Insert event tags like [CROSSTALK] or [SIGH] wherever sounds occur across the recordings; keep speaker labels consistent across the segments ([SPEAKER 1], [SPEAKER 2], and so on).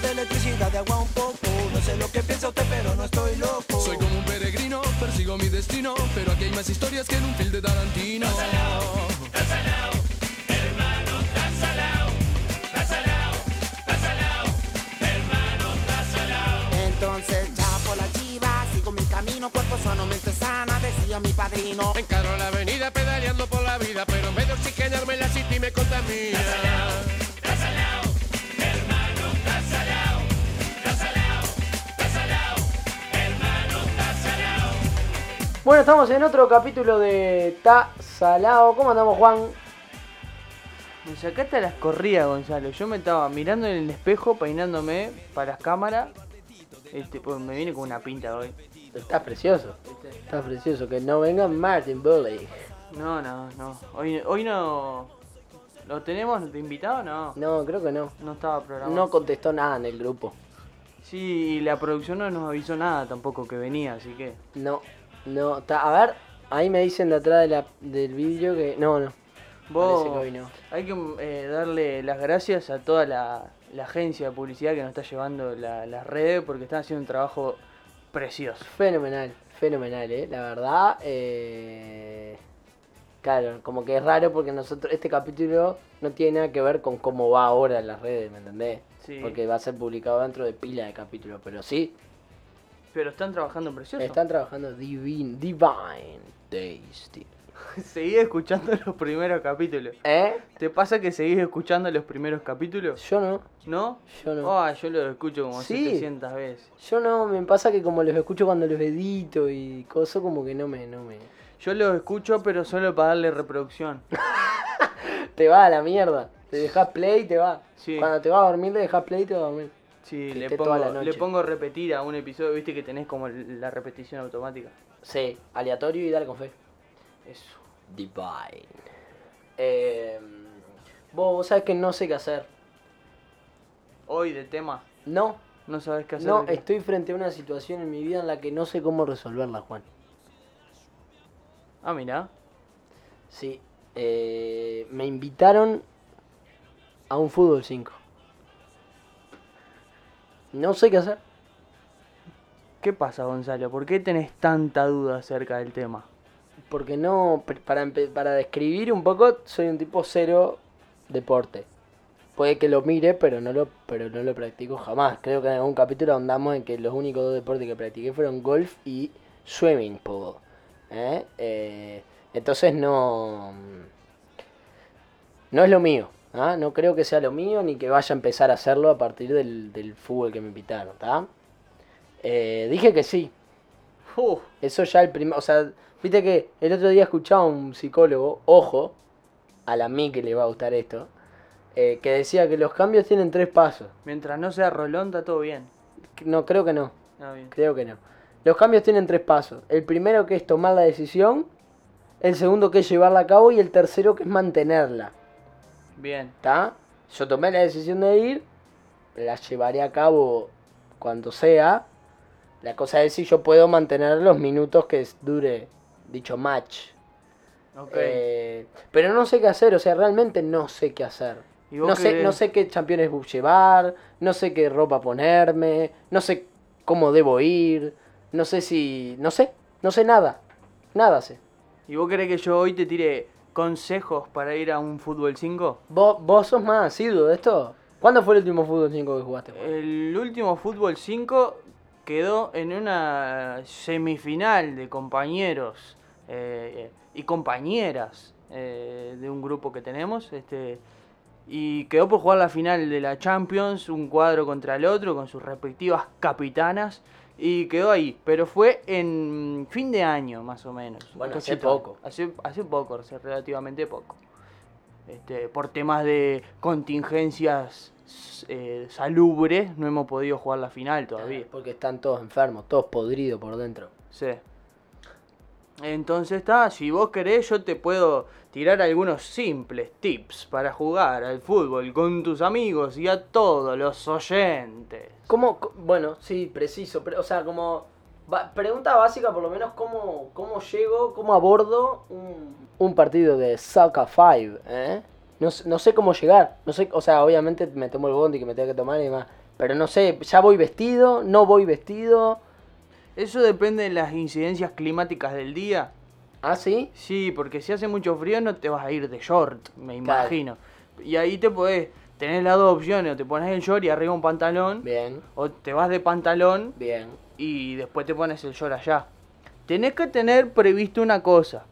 [SPEAKER 1] felicidad de agua un poco. No sé lo que piensa usted, pero no estoy loco.
[SPEAKER 2] Soy como un peregrino, persigo mi destino, pero aquí hay más historias que en un film de Tarantino.
[SPEAKER 3] Entonces ya por la chiva, sigo mi camino, cuerpo sano, mente sana, decía mi padrino.
[SPEAKER 2] Encaro la avenida pedaleando por la vida, pero en vez de oxigenarme la city me contamina.
[SPEAKER 4] Bueno, estamos en otro capítulo de Ta Salado. ¿Cómo andamos, Juan?
[SPEAKER 5] Me sacaste a las corridas, Gonzalo. Yo me estaba mirando en el espejo, peinándome para las cámaras. Este, pues me viene con una pinta hoy.
[SPEAKER 4] Estás precioso. Estás precioso. Que no venga Martin Bully.
[SPEAKER 5] No, no, no. Hoy, hoy no. ¿Lo tenemos de invitado? No.
[SPEAKER 4] No, creo que no.
[SPEAKER 5] No estaba programado.
[SPEAKER 4] No contestó nada en el grupo.
[SPEAKER 5] Sí, y la producción no nos avisó nada tampoco que venía, así que.
[SPEAKER 4] No, no. Ta- a ver, ahí me dicen de atrás de la- del vídeo que. No, no.
[SPEAKER 5] Vos,
[SPEAKER 4] Parece que hoy no.
[SPEAKER 5] hay que eh, darle las gracias a toda la, la agencia de publicidad que nos está llevando la- las redes porque están haciendo un trabajo precioso.
[SPEAKER 4] Fenomenal, fenomenal, ¿eh? La verdad, eh, claro, como que es raro porque nosotros, este capítulo no tiene nada que ver con cómo va ahora en las redes, ¿me entendés?
[SPEAKER 5] Sí.
[SPEAKER 4] Porque va a ser publicado dentro de pila de capítulos, pero sí,
[SPEAKER 5] Pero están trabajando precioso.
[SPEAKER 4] están trabajando divine, divine tasty.
[SPEAKER 5] [LAUGHS] Seguí escuchando [LAUGHS] los primeros capítulos.
[SPEAKER 4] ¿Eh?
[SPEAKER 5] ¿Te pasa que seguís escuchando los primeros capítulos?
[SPEAKER 4] Yo no,
[SPEAKER 5] ¿No?
[SPEAKER 4] yo no.
[SPEAKER 5] Ah, yo los escucho como
[SPEAKER 4] Sí.
[SPEAKER 5] 700 veces.
[SPEAKER 4] Yo no, me pasa que como los escucho cuando los edito y cosas, como que no me, no me...
[SPEAKER 5] Yo los escucho, pero solo para darle
[SPEAKER 4] [LAUGHS]
[SPEAKER 5] reproducción.
[SPEAKER 4] Te va a la mierda, te dejas play y te va.
[SPEAKER 5] Sí.
[SPEAKER 4] Cuando te vas a dormir, te dejas play y te vas a dormir.
[SPEAKER 5] Sí,
[SPEAKER 4] Que
[SPEAKER 5] le
[SPEAKER 4] esté toda la
[SPEAKER 5] pongo, le
[SPEAKER 4] noche.
[SPEAKER 5] pongo repetir a un episodio, viste que tenés como la repetición automática.
[SPEAKER 4] Sí, aleatorio y dale con fe.
[SPEAKER 5] Eso.
[SPEAKER 4] Divine. Eh, vos, vos sabés que no sé qué hacer.
[SPEAKER 5] Hoy de tema,
[SPEAKER 4] No,
[SPEAKER 5] no sabes qué hacer.
[SPEAKER 4] no,
[SPEAKER 5] de-
[SPEAKER 4] estoy frente a una situación en mi vida en la que no sé cómo resolverla, Juan.
[SPEAKER 5] Ah, mirá.
[SPEAKER 4] Sí, eh, me invitaron a un fútbol 5. No sé qué hacer.
[SPEAKER 5] ¿Qué pasa, Gonzalo? ¿Por qué tenés tanta duda acerca del tema?
[SPEAKER 4] Porque no, pr- para, empe- para describir un poco, soy un tipo cero deporte. Puede que lo mire, pero no lo, pero no lo practico jamás. Creo que en algún capítulo andamos en que los únicos dos deportes que practiqué fueron golf y swimming pool. ¿eh? Eh, entonces no... No es lo mío. ¿ah? No creo que sea lo mío ni que vaya a empezar a hacerlo a partir del, del fútbol que me invitaron. ¿tá? Eh, dije que sí,
[SPEAKER 5] Uh,
[SPEAKER 4] eso ya el primer. O sea, viste que el otro día escuchaba a un psicólogo, ojo, a la mí que le va a gustar esto, eh, que decía que los cambios tienen tres pasos.
[SPEAKER 5] mientras no sea Rolón, está todo bien.
[SPEAKER 4] No, creo que no.
[SPEAKER 5] Ah, bien.
[SPEAKER 4] Creo que no. Los cambios tienen tres pasos. El primero que es tomar la decisión, el segundo que es llevarla a cabo y el tercero que es mantenerla.
[SPEAKER 5] Bien.
[SPEAKER 4] ¿Está? Yo tomé la decisión de ir, la llevaré a cabo cuando sea. La cosa es si yo puedo mantener los minutos que dure dicho match.
[SPEAKER 5] Ok.
[SPEAKER 4] Eh, pero no sé qué hacer, o sea, realmente no sé qué hacer.
[SPEAKER 5] ¿Y vos
[SPEAKER 4] No
[SPEAKER 5] qué-
[SPEAKER 4] sé, no sé qué campeones llevar, no sé qué ropa ponerme, no sé cómo debo ir, no sé si. No sé, no sé nada. Nada sé.
[SPEAKER 5] ¿Y vos querés que yo hoy te tire consejos para ir a un fútbol 5?
[SPEAKER 4] ¿Vos, vos sos más asiduo de esto? ¿Cuándo fue el último fútbol 5 que jugaste?
[SPEAKER 5] Eh,
[SPEAKER 4] Juan?
[SPEAKER 5] El último fútbol 5 quedó en una semifinal de compañeros eh, y compañeras eh, de un grupo que tenemos. Este, y quedó por jugar la final de la Champions, un cuadro contra el otro, con sus respectivas capitanas. Y quedó ahí, pero fue en fin de año más o menos.
[SPEAKER 4] Bueno,
[SPEAKER 5] Casi
[SPEAKER 4] hace
[SPEAKER 5] todo.
[SPEAKER 4] poco.
[SPEAKER 5] Hace, hace poco, hace relativamente poco este, por temas de contingencias eh, salubres, no hemos podido jugar la final todavía.
[SPEAKER 4] Porque están todos enfermos, todos podridos por dentro.
[SPEAKER 5] Sí. Entonces está, si vos querés, yo te puedo tirar algunos simples tips para jugar al fútbol con tus amigos y a todos los oyentes.
[SPEAKER 4] ¿Cómo? co- Bueno, sí, preciso. pre- o sea, como. ba- pregunta básica, por lo menos, ¿cómo, cómo llego, cómo abordo un, un partido de Soccer 5? ¿eh? No, s- no sé cómo llegar. No sé, o sea, obviamente me tomo el bondi que me tengo que tomar y demás. Pero no sé, ya voy vestido, no voy vestido.
[SPEAKER 5] Eso depende de las incidencias climáticas del día.
[SPEAKER 4] Ah, sí.
[SPEAKER 5] Sí, porque si hace mucho frío no te vas a ir de short, me
[SPEAKER 4] Claro.
[SPEAKER 5] imagino. Y ahí te podés, tenés las dos opciones, o te pones el short y arriba un pantalón,
[SPEAKER 4] Bien,
[SPEAKER 5] o te vas de pantalón
[SPEAKER 4] bien.
[SPEAKER 5] y después te pones el short allá. Tenés que tener previsto una cosa,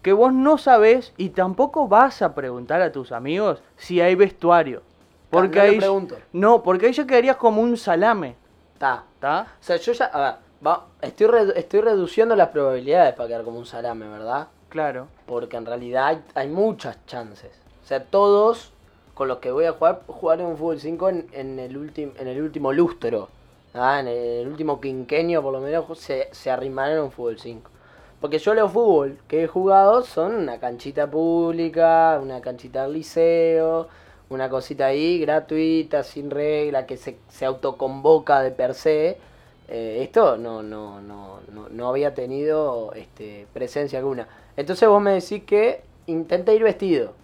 [SPEAKER 5] que vos no sabés y tampoco vas a preguntar a tus amigos si hay vestuario. Porque
[SPEAKER 4] no le
[SPEAKER 5] ahí,
[SPEAKER 4] pregunto.
[SPEAKER 5] No, porque ahí ya quedarías como un salame,
[SPEAKER 4] Está.
[SPEAKER 5] ¿está?
[SPEAKER 4] O sea, yo ya. A ver, va- estoy, re- estoy reduciendo las probabilidades para quedar como un salame, ¿verdad?
[SPEAKER 5] Claro.
[SPEAKER 4] Porque en realidad hay, hay muchas chances. O sea, todos con los que voy a jugar, jugaré un fútbol 5 en, en el, ultim- en el último lustro. Ah, en el último quinquenio, por lo menos, se, se arrimaron a un fútbol 5. Porque yo los fútbol que he jugado son una canchita pública, una canchita del liceo, una cosita ahí gratuita, sin regla, que se, se autoconvoca de per se. Eh, esto no, no, no, no, no había tenido este, presencia alguna. Entonces vos me decís que intenta ir vestido.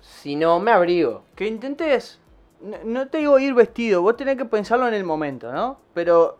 [SPEAKER 4] Si no, me abrigo.
[SPEAKER 5] Que intentes, no, no te digo ir vestido, vos tenés que pensarlo en el momento, ¿no? Pero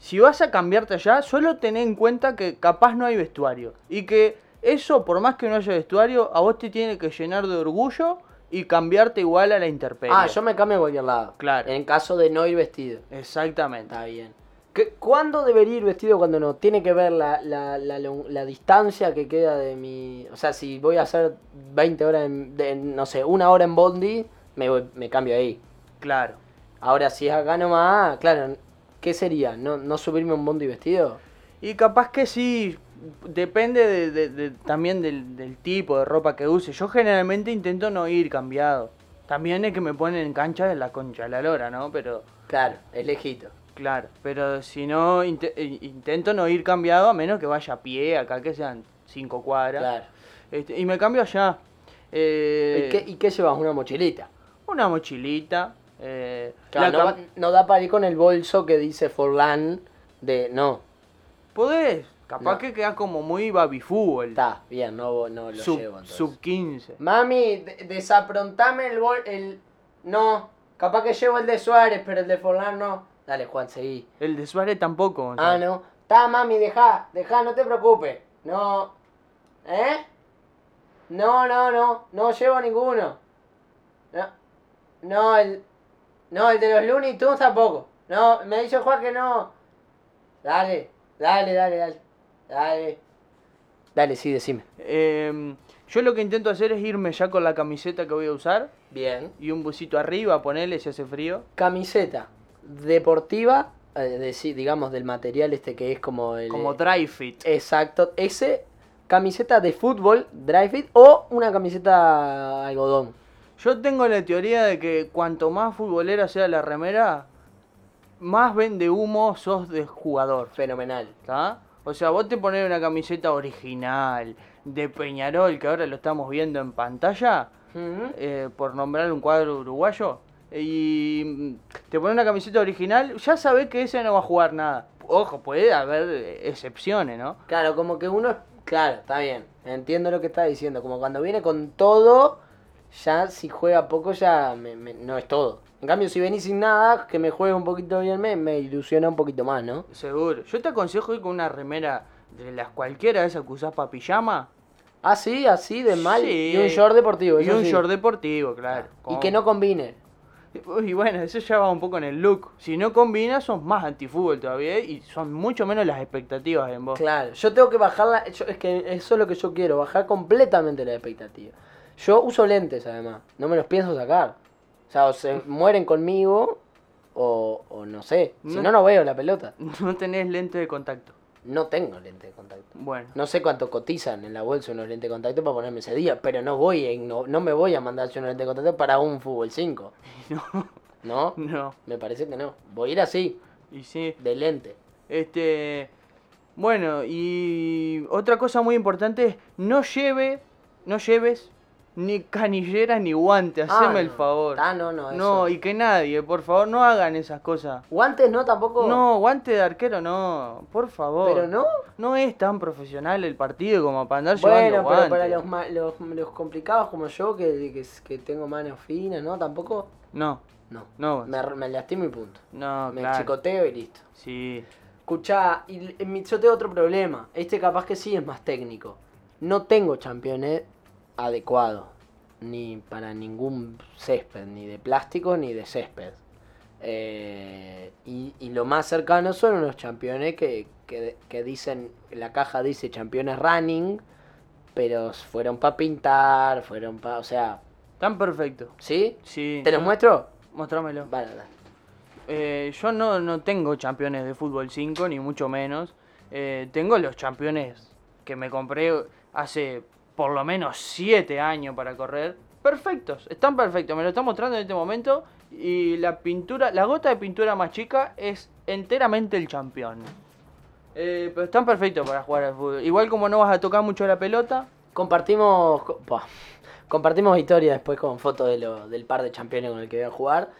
[SPEAKER 5] si vas a cambiarte allá, solo tené en cuenta que capaz no hay vestuario. Y que eso, por más que no haya vestuario, a vos te tiene que llenar de orgullo y cambiarte igual a la intemperie.
[SPEAKER 4] Ah, yo me cambio a cualquier lado.
[SPEAKER 5] Claro.
[SPEAKER 4] En caso de no ir vestido.
[SPEAKER 5] Exactamente.
[SPEAKER 4] Está bien. ¿Qué- ¿Cuándo debería ir vestido cuando no? Tiene que ver la, la, la, lon- la distancia que queda de mi... O sea, si voy a hacer 20 horas, en, de- en, no sé, una hora en Bondi, me, voy- me cambio ahí.
[SPEAKER 5] Claro.
[SPEAKER 4] Ahora, si es acá nomás, claro, ¿qué sería? ¿No, no subirme a un Bondi vestido?
[SPEAKER 5] Y capaz que sí, depende de- de- de- también del, del tipo de ropa que use. Yo generalmente intento no ir cambiado. También es que me ponen en cancha de la concha de la lora, ¿no? Pero...
[SPEAKER 4] Claro, es lejito.
[SPEAKER 5] Claro, pero si no, inte- eh, intento no ir cambiado a menos que vaya a pie, acá que sean cinco cuadras.
[SPEAKER 4] Claro.
[SPEAKER 5] Este, y me cambio allá. Eh,
[SPEAKER 4] ¿Y, qué, y qué llevas? Una mochilita.
[SPEAKER 5] Una mochilita. eh,
[SPEAKER 4] Claro,
[SPEAKER 5] la
[SPEAKER 4] no,
[SPEAKER 5] cam-
[SPEAKER 4] va- no da para ir con el bolso que dice Forlán de... No,
[SPEAKER 5] Podés, capaz
[SPEAKER 4] No.
[SPEAKER 5] que queda como muy baby fútbol.
[SPEAKER 4] está, bien, no, no lo
[SPEAKER 5] sub,
[SPEAKER 4] llevo entonces.
[SPEAKER 5] sub 15.
[SPEAKER 4] Mami, de- desaprontame el bol... El... No, capaz que llevo el de Suárez, pero el de Forlán no. Dale, Juan, seguí.
[SPEAKER 5] El de Suárez tampoco.
[SPEAKER 4] Ah,
[SPEAKER 5] Gonzalo.
[SPEAKER 4] no. Está, mami, dejá, dejá, no te preocupes. No. ¿Eh? No, no, no. No llevo ninguno. No. No, el. No, el de los Looney Tunes tampoco. No, me dice Juan que no. Dale, dale, dale, dale. Dale. Dale, sí, decime.
[SPEAKER 5] Eh, yo lo que intento hacer es irme ya con la camiseta que voy a usar
[SPEAKER 4] Bien.
[SPEAKER 5] y un busito arriba, ponerle si hace frío.
[SPEAKER 4] Camiseta deportiva, eh, de- sí, digamos, del material este que es como el.
[SPEAKER 5] Como dry fit.
[SPEAKER 4] Exacto, ese camiseta de fútbol, dry fit o una camiseta algodón.
[SPEAKER 5] Yo tengo la teoría de que cuanto más futbolera sea la remera, más vende humo sos de jugador.
[SPEAKER 4] Fenomenal.
[SPEAKER 5] ¿Está? O sea, vos te pones una camiseta original de Peñarol, que ahora lo estamos viendo en pantalla, eh, por nombrar un cuadro uruguayo, y mm, te pones una camiseta original, ya sabés que ese no va a jugar nada. Ojo, puede haber eh, excepciones, ¿no?
[SPEAKER 4] Claro, como que uno... Claro, está bien. Entiendo lo que está diciendo. Como cuando viene con todo, ya si juega poco ya me- me- no es todo. En cambio, si venís sin nada, que me juegue un poquito bien, me, me ilusiona un poquito más, ¿no?
[SPEAKER 5] Seguro. Yo te aconsejo ir con una remera de las cualquiera, esa que usás para pijama.
[SPEAKER 4] Así, Ah, así, de mal.
[SPEAKER 5] Sí.
[SPEAKER 4] Y un short deportivo.
[SPEAKER 5] Y
[SPEAKER 4] eso
[SPEAKER 5] un
[SPEAKER 4] sí.
[SPEAKER 5] short deportivo, claro.
[SPEAKER 4] Y que no combine.
[SPEAKER 5] Y bueno, eso ya va un poco en el look. Si no combinas, sos más antifútbol todavía y son mucho menos las expectativas en vos.
[SPEAKER 4] Claro, yo tengo que bajarla, yo- es que eso es lo que yo quiero, bajar completamente la expectativa. Yo uso lentes además, no me los pienso sacar. O sea, o se mueren conmigo o, o no sé, si
[SPEAKER 5] No.
[SPEAKER 4] no, no veo la pelota.
[SPEAKER 5] No tenés lente de contacto.
[SPEAKER 4] No tengo lentes de contacto.
[SPEAKER 5] Bueno,
[SPEAKER 4] No sé cuánto cotizan en la bolsa unos lentes de contacto para ponerme ese día, pero no voy a igno- no me voy a mandar yo unos lentes de contacto para un fútbol 5.
[SPEAKER 5] no,
[SPEAKER 4] ¿No?
[SPEAKER 5] [LAUGHS] no.
[SPEAKER 4] Me parece que no. Voy a ir así,
[SPEAKER 5] Y sí,
[SPEAKER 4] de lente.
[SPEAKER 5] este. Bueno, y otra cosa muy importante es: no lleve, no lleves ni canillera ni guante,
[SPEAKER 4] Ah,
[SPEAKER 5] haceme el
[SPEAKER 4] no.
[SPEAKER 5] favor.
[SPEAKER 4] Ah, no, no,
[SPEAKER 5] No,
[SPEAKER 4] eso.
[SPEAKER 5] y que nadie, por favor, no hagan esas cosas.
[SPEAKER 4] Guantes no tampoco.
[SPEAKER 5] No, guante de arquero no, por favor.
[SPEAKER 4] Pero no.
[SPEAKER 5] No es tan profesional el partido como para andar
[SPEAKER 4] Bueno,
[SPEAKER 5] llevando
[SPEAKER 4] pero
[SPEAKER 5] guantes.
[SPEAKER 4] para los, ma- los, los complicados como yo, que, que, que tengo manos finas, ¿no? Tampoco.
[SPEAKER 5] No,
[SPEAKER 4] No.
[SPEAKER 5] no,
[SPEAKER 4] Me, me lastimo y punto.
[SPEAKER 5] no,
[SPEAKER 4] me
[SPEAKER 5] claro.
[SPEAKER 4] chicoteo y listo.
[SPEAKER 5] Sí,
[SPEAKER 4] Escuchá, y l- en mi- yo tengo otro problema. Este capaz que sí es más técnico. No tengo championes adecuado. Ni para ningún césped, ni de plástico, ni de césped. Eh, y, y lo más cercano son unos championes que, que- que dicen, la caja dice championes running, pero fueron para pintar, fueron para... O sea,
[SPEAKER 5] tan perfecto.
[SPEAKER 4] ¿sí?
[SPEAKER 5] Sí,
[SPEAKER 4] ¿Te los muestro?
[SPEAKER 5] mostrámelo.
[SPEAKER 4] Vale, dale.
[SPEAKER 5] Eh, yo no, no tengo campeones de fútbol 5, ni mucho menos. Eh, tengo los campeones que me compré hace por lo menos 7 años para correr. Perfectos, están perfectos. Me lo está mostrando en este momento. Y la pintura, la gota de pintura más chica es enteramente el campeón. Eh, pero están perfectos para jugar al fútbol. Igual como no vas a tocar mucho la pelota,
[SPEAKER 4] Compartimos. co- pa, compartimos historia después con fotos de lo- del par de campeones con el que voy a jugar.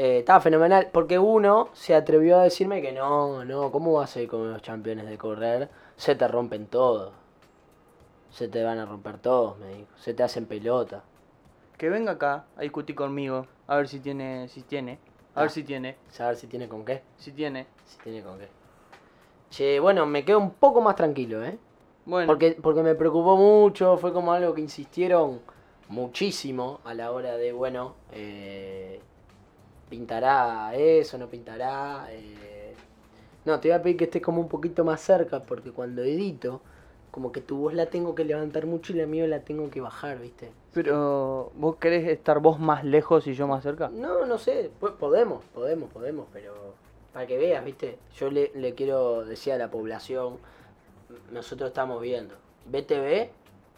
[SPEAKER 4] Eh, estaba fenomenal porque uno se atrevió a decirme que no, no, ¿cómo vas a ir con los campeones de correr? Se te rompen todos. Se te van a romper todos, me dijo. Se te hacen pelota.
[SPEAKER 5] que venga acá a discutir conmigo. A ver si tiene, si tiene. A ver
[SPEAKER 4] Ah.
[SPEAKER 5] si tiene,
[SPEAKER 4] Saber si tiene con qué.
[SPEAKER 5] si tiene.
[SPEAKER 4] Si tiene con qué. Che, bueno, me quedo un poco más tranquilo, ¿eh?
[SPEAKER 5] Bueno.
[SPEAKER 4] Porque, porque me preocupó mucho, fue como algo que insistieron muchísimo a la hora de, bueno, eh, pintará eso, no pintará. eh. No, te voy a pedir que estés como un poquito más cerca, porque cuando edito, como que tu voz la tengo que levantar mucho y la mía la tengo que bajar, ¿viste?
[SPEAKER 5] Pero, ¿vos querés estar vos más lejos y yo más cerca?
[SPEAKER 4] No, no sé, po- podemos, podemos, podemos, pero para que veas, ¿viste? Yo le, le quiero decir a la población, n- nosotros estamos viendo BTV,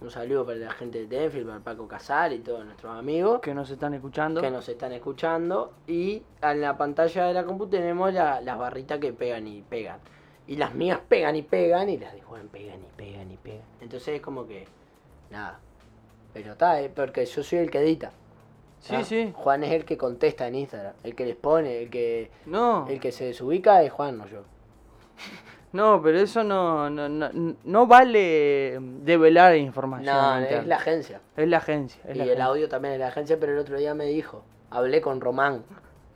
[SPEAKER 4] un saludo para la gente de Tenfield, para Paco Casal y todos nuestros amigos
[SPEAKER 5] Que nos están escuchando.
[SPEAKER 4] que nos están escuchando, y en la pantalla de la compu tenemos la- las barritas que pegan y pegan. Y las mías pegan y pegan, y las de Juan pegan y pegan y pegan. Entonces es como que, nada, pero está, ¿eh? porque yo soy el que edita.
[SPEAKER 5] Sí,
[SPEAKER 4] Ah,
[SPEAKER 5] sí.
[SPEAKER 4] Juan es el que contesta en Instagram, el que les pone, el que
[SPEAKER 5] No,
[SPEAKER 4] el que se desubica es Juan, no yo.
[SPEAKER 5] no, pero eso no, no, no, no vale develar información.
[SPEAKER 4] No,
[SPEAKER 5] interna.
[SPEAKER 4] es la agencia.
[SPEAKER 5] Es la agencia. es
[SPEAKER 4] Y
[SPEAKER 5] la
[SPEAKER 4] el
[SPEAKER 5] agencia.
[SPEAKER 4] audio también es la agencia, pero el otro día me dijo, hablé con Román,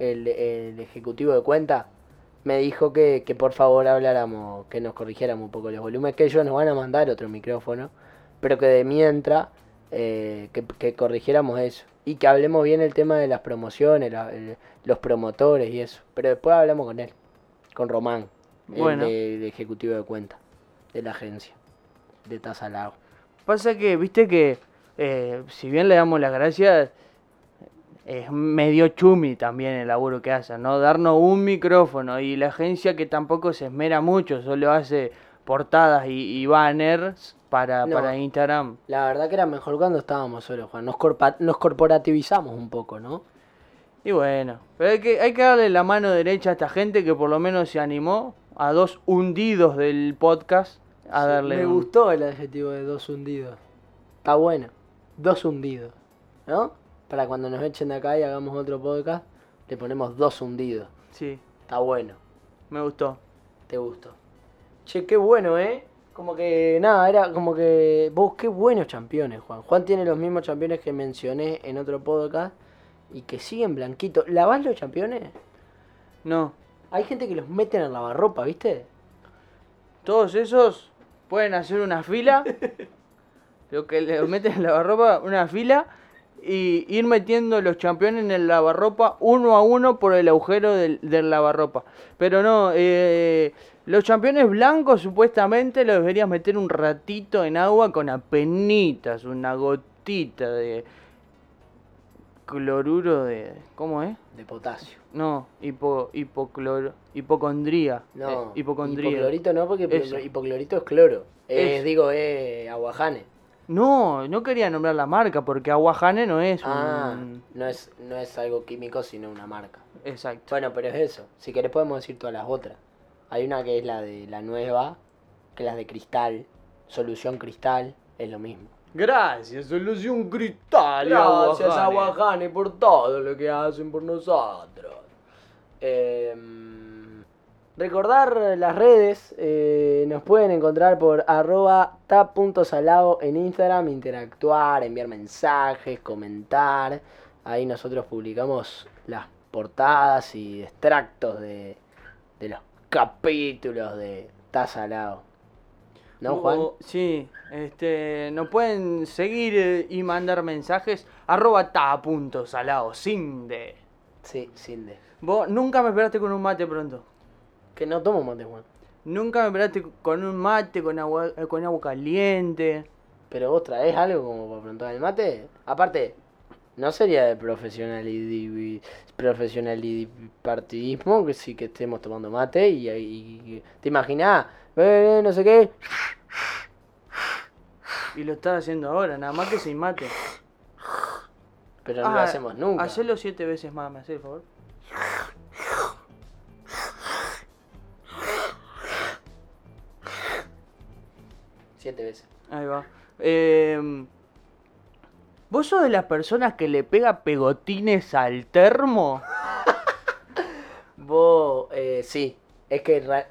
[SPEAKER 4] el, el ejecutivo de cuenta, me dijo que, que por favor habláramos, que nos corrigiéramos un poco los volúmenes, que ellos nos van a mandar otro micrófono, pero que de mientras, eh, que, que corrigiéramos eso. Y que hablemos bien el tema de las promociones, la- el- los promotores y eso. Pero después hablamos con él, con Román, el,
[SPEAKER 5] Bueno.
[SPEAKER 4] de- el ejecutivo de cuenta, de la agencia, de Tazalao.
[SPEAKER 5] Pasa que, viste que, eh, si bien le damos las gracias, es medio chumi también el laburo que hacen, ¿no? Darnos un micrófono y la agencia que tampoco se esmera mucho, solo hace portadas y, y banners para,
[SPEAKER 4] No.
[SPEAKER 5] para Instagram.
[SPEAKER 4] La verdad que era mejor cuando estábamos solos, Juan. Nos, corpa- nos corporativizamos un poco, ¿no?
[SPEAKER 5] Y bueno, pero hay que, hay que darle la mano derecha a esta gente que por lo menos se animó a dos hundidos del podcast a
[SPEAKER 4] Sí,
[SPEAKER 5] darle.
[SPEAKER 4] Me
[SPEAKER 5] un-
[SPEAKER 4] gustó el adjetivo de dos hundidos. Está bueno. Dos hundidos, ¿no? Para cuando nos echen de acá y hagamos otro podcast, le ponemos dos hundidos.
[SPEAKER 5] Sí,
[SPEAKER 4] Está bueno.
[SPEAKER 5] me gustó.
[SPEAKER 4] Te gustó. Che, qué bueno, ¿eh? Como que, nada, era como que... Vos, qué buenos campeones, Juan. Juan tiene los mismos campeones que mencioné en otro podcast y que siguen blanquitos. ¿Lavás los campeones?
[SPEAKER 5] No,
[SPEAKER 4] Hay gente que los meten en lavarropa, ¿viste?
[SPEAKER 5] todos esos pueden hacer una
[SPEAKER 4] [LAUGHS]
[SPEAKER 5] fila. lo que le meten en el lavarropa, una fila. Y ir metiendo los campeones en el lavarropa uno a uno por el agujero del, del lavarropa. Pero no, eh, los campeones blancos supuestamente los deberías meter un ratito en agua con apenitas, una gotita de cloruro de... ¿Cómo es?
[SPEAKER 4] De potasio.
[SPEAKER 5] No, hipo, hipocloro, hipocondría.
[SPEAKER 4] No,
[SPEAKER 5] eh, hipocondría.
[SPEAKER 4] hipoclorito no, porque
[SPEAKER 5] Eso.
[SPEAKER 4] hipo- hipoclorito es cloro. Eh,
[SPEAKER 5] Eso.
[SPEAKER 4] digo, eh, aguajane.
[SPEAKER 5] No, no quería nombrar la marca porque Aguajane no es
[SPEAKER 4] Ah,
[SPEAKER 5] un...
[SPEAKER 4] no es, no es algo químico, sino una marca.
[SPEAKER 5] Exacto.
[SPEAKER 4] Bueno, pero es eso. Si querés podemos decir todas las otras. Hay una que es la de la nueva, que las de cristal, solución cristal, es lo mismo.
[SPEAKER 5] Gracias, Solución Cristal. y
[SPEAKER 4] Gracias a
[SPEAKER 5] Aguajane.
[SPEAKER 4] Guajane por todo lo que hacen por nosotros. Em, recordar las redes, eh, nos pueden encontrar por arroba tap.salao en Instagram, interactuar, enviar mensajes, comentar. Ahí nosotros publicamos las portadas y extractos de, de los capítulos de Ta Salao. ¿No,
[SPEAKER 5] O-
[SPEAKER 4] Juan?
[SPEAKER 5] sí, este, nos pueden seguir eh, y mandar mensajes arroba ta punto salado, sin de.
[SPEAKER 4] Sí, sin de.
[SPEAKER 5] Vos nunca me esperaste con un mate pronto.
[SPEAKER 4] Que no tomo mate, Juan.
[SPEAKER 5] Nunca me esperaste con un mate, con agua, eh, con agua caliente.
[SPEAKER 4] Pero vos traes algo como para preguntar el mate. Aparte, no sería de profesionalidi- profesionalidipardismo que sí que estemos tomando mate y, y- te imaginás, eh, eh, no sé qué.
[SPEAKER 5] Y lo estás haciendo ahora, nada más que sin mate.
[SPEAKER 4] Pero no lo
[SPEAKER 5] Ah,
[SPEAKER 4] hacemos nunca.
[SPEAKER 5] Hacelo siete veces más, me haces el favor.
[SPEAKER 4] Siete veces.
[SPEAKER 5] Ahí va. Eh, ¿Vos sos de las personas que le pega pegotines al termo?
[SPEAKER 4] Vos, eh, sí. Es que ra-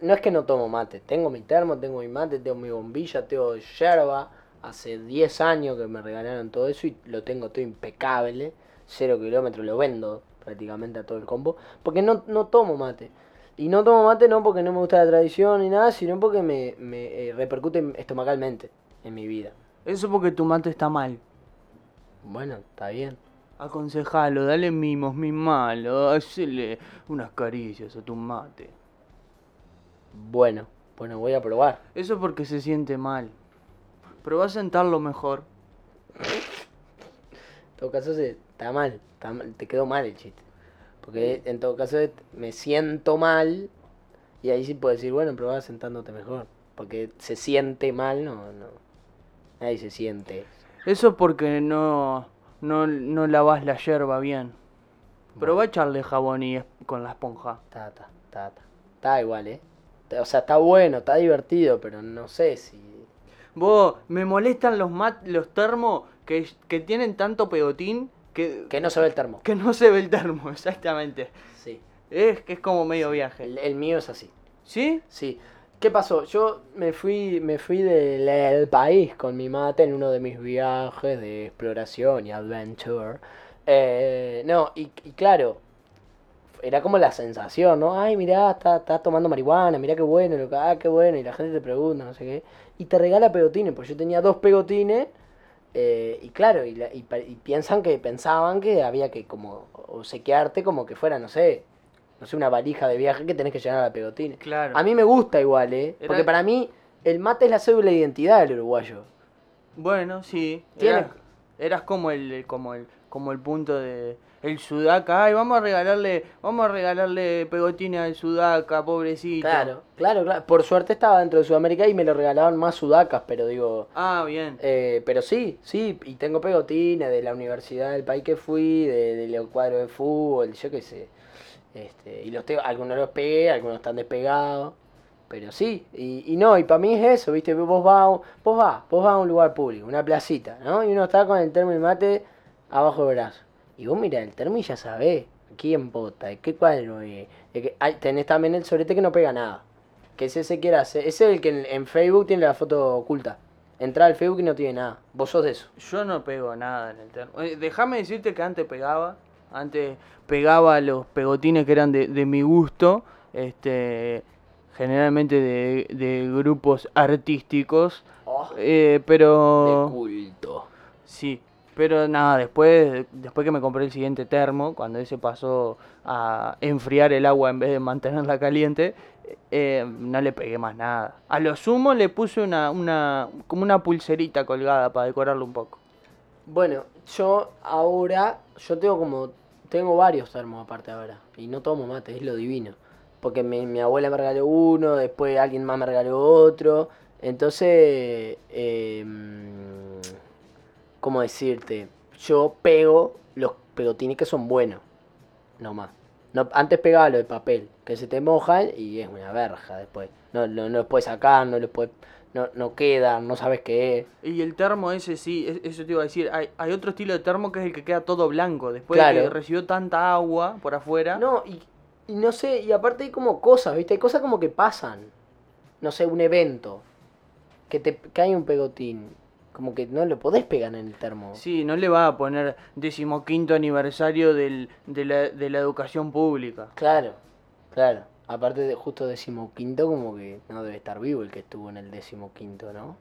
[SPEAKER 4] no es que no tomo mate. Tengo mi termo, tengo mi mate, tengo mi bombilla, tengo yerba. Hace 10 años que me regalaron todo eso y lo tengo todo impecable. Cero kilómetros, lo vendo prácticamente a todo el combo. Porque no, no tomo mate. Y no tomo mate no porque no me gusta la tradición ni nada, sino porque me, me, eh, repercute estomacalmente en mi vida.
[SPEAKER 5] Eso porque tu mate está mal.
[SPEAKER 4] Bueno, está bien.
[SPEAKER 5] Aconsejalo, dale mimos, mimalo, hacele unas caricias a tu mate.
[SPEAKER 4] Bueno, bueno, voy a probar.
[SPEAKER 5] Eso porque se siente mal. Pero va a sentarlo mejor.
[SPEAKER 4] En todo caso, se- está mal, está mal, te quedó mal el chiste. Porque en todo caso es- me siento mal y ahí sí puedo decir, bueno, probá sentándote mejor. Porque se siente mal, no, no. Ahí se siente.
[SPEAKER 5] Eso porque no, no, no lavas la yerba bien. Pero va a echarle jabón y es- con la esponja.
[SPEAKER 4] Ta, ta, ta, ta. Está igual, ¿eh? Ta- O sea, está bueno, está divertido, pero no sé si...
[SPEAKER 5] Vos, me molestan los mat, los termos que, que tienen tanto pegotín que,
[SPEAKER 4] Que no se ve el termo.
[SPEAKER 5] que no se ve el termo, [LAUGHS] exactamente.
[SPEAKER 4] Sí.
[SPEAKER 5] Es que es como medio viaje.
[SPEAKER 4] El, el mío es así.
[SPEAKER 5] ¿Sí?
[SPEAKER 4] Sí. ¿Qué pasó? Yo me fui, me fui del, del país con mi mate en uno de mis viajes de exploración y adventure. Eh, no, y, y claro, era como la sensación, ¿no? Ay, mirá, está, está tomando marihuana, mirá qué bueno, lo que, ah, qué bueno, y la gente te pregunta, no sé qué. Y te regala pegotines, pues yo tenía dos pegotines, eh, y claro, y, la- y pa- y piensan que, pensaban que había que como obsequiarte como que fuera, no sé, no sé, una valija de viaje que tenés que llenar a pegotines.
[SPEAKER 5] Claro.
[SPEAKER 4] A mí me gusta igual, ¿eh?
[SPEAKER 5] Era-
[SPEAKER 4] Porque para mí el mate es la cédula de identidad del uruguayo.
[SPEAKER 5] Bueno, sí.
[SPEAKER 4] Tiene-
[SPEAKER 5] Eras, eras como el como el como el punto de el sudaca. Ay, vamos a regalarle, vamos a regalarle pegotines al sudaca, pobrecito.
[SPEAKER 4] Claro, claro, claro. Por suerte estaba dentro de Sudamérica y me lo regalaban más sudacas, pero digo...
[SPEAKER 5] Ah, bien.
[SPEAKER 4] eh, pero sí, sí, y tengo pegotines de la universidad del país que fui, de, de los cuadros de fútbol, yo qué sé. Este, y los tengo, algunos los pegué, algunos están despegados. Pero sí, y, y no, y para mí es eso, ¿viste? Vos vas, a un- vos vas, vos vas a un lugar público, una placita, ¿no? Y uno está con el termo y mate abajo del brazo. Y vos mirá el termo y ya sabés quién vota, de qué cuadro es. de qué- ay, tenés también el sorete que no pega nada. Que ese se quiere hacer. Ese es el que en, en Facebook tiene la foto oculta. Entrá al Facebook y no tiene nada. Vos sos de eso.
[SPEAKER 5] Yo no pego nada en el termo. Eh, Déjame decirte que antes pegaba, antes pegaba los pegotines que eran de, de mi gusto, este generalmente de, de grupos artísticos, eh, pero
[SPEAKER 4] de culto.
[SPEAKER 5] Sí, pero nada, después, después que me compré el siguiente termo, cuando ese pasó a enfriar el agua en vez de mantenerla caliente, eh, no le pegué más nada. A lo sumo le puse una, una, como una pulserita colgada para decorarlo un poco.
[SPEAKER 4] Bueno, yo ahora, yo tengo como, tengo varios termos aparte ahora, y no tomo mate, es lo divino. Porque mi, mi abuela me regaló uno, después alguien más me regaló otro. Entonces, eh, mm, ¿cómo decirte? Yo pego los pegotines que son buenos, nomás. No, antes pegaba lo de papel, que se te mojan y es una verja después. No, no, no los puedes sacar, no los puedes no, no quedan, no sabes qué es.
[SPEAKER 5] Y el termo ese sí, es- eso te iba a decir. Hay, hay otro estilo de termo que es el que queda todo blanco. Después de que
[SPEAKER 4] Claro.
[SPEAKER 5] recibió tanta agua por afuera.
[SPEAKER 4] No, y, y no sé, y aparte hay como cosas, ¿viste? Hay cosas como que pasan. No sé, un evento. Que te cae un pegotín. Como que no lo podés pegar en el termo.
[SPEAKER 5] Sí, no le va a poner decimoquinto aniversario del- de, la, de la educación pública.
[SPEAKER 4] Claro, claro. Aparte de justo decimoquinto, como que no debe estar vivo el que estuvo en el decimoquinto, ¿no?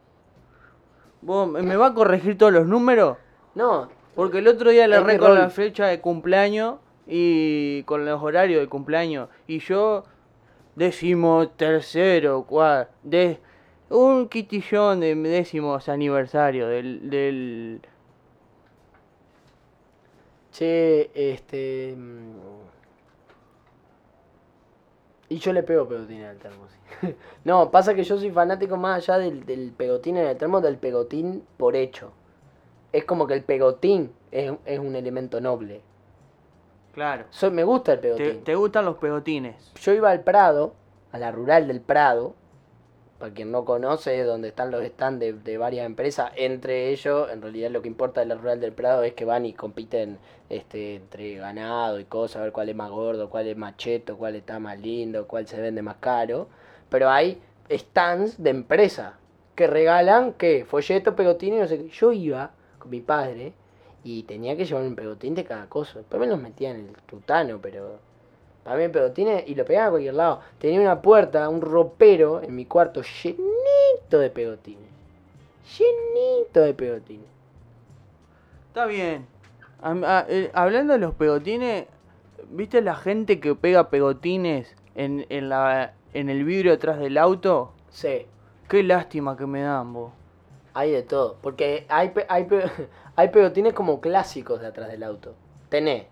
[SPEAKER 5] ¿Vos me me va a corregir todos los números?
[SPEAKER 4] No,
[SPEAKER 5] Porque el otro día le
[SPEAKER 4] Es mi
[SPEAKER 5] erré con
[SPEAKER 4] rol.
[SPEAKER 5] la fecha de cumpleaños y con los horarios de cumpleaños. Y yo, décimo tercero, cual, de un quitillón de décimos aniversario del, del...
[SPEAKER 4] che, este. mm, Y yo le pego pegotín en el termo, sí. [LAUGHS] no, pasa que yo soy fanático más allá del, del pegotín en el termo, del pegotín por hecho. Es como que el pegotín es, es un elemento noble.
[SPEAKER 5] Claro.
[SPEAKER 4] Soy, me gusta el
[SPEAKER 5] Te,
[SPEAKER 4] pegotín.
[SPEAKER 5] te gustan los pegotines.
[SPEAKER 4] yo iba al Prado, a la rural del Prado, para quien no conoce, es donde están los stands de, de varias empresas, entre ellos, en realidad lo que importa de la rural del Prado es que van y compiten este, entre ganado y cosas, a ver cuál es más gordo, cuál es más cheto, cuál está más lindo, cuál se vende más caro, pero hay stands de empresas que regalan, ¿qué? Folleto, pegotín y no sé qué. Yo iba con mi padre y tenía que llevar un pegotín de cada cosa, después me los metía en el tutano, pero... Para mí el pegotín es- y lo pegaba a cualquier lado. Tenía una puerta, un ropero en mi cuarto llenito de pegotines. Llenito de pegotines.
[SPEAKER 5] Está bien. Am- a- eh, hablando de los pegotines, ¿viste la gente que pega pegotines en, en la, en el vidrio atrás del auto?
[SPEAKER 4] Sí,
[SPEAKER 5] Qué lástima que me dan, vos.
[SPEAKER 4] hay de todo. Porque hay, pe- hay, pe- [LAUGHS] hay pegotines como clásicos de atrás del auto. Tenés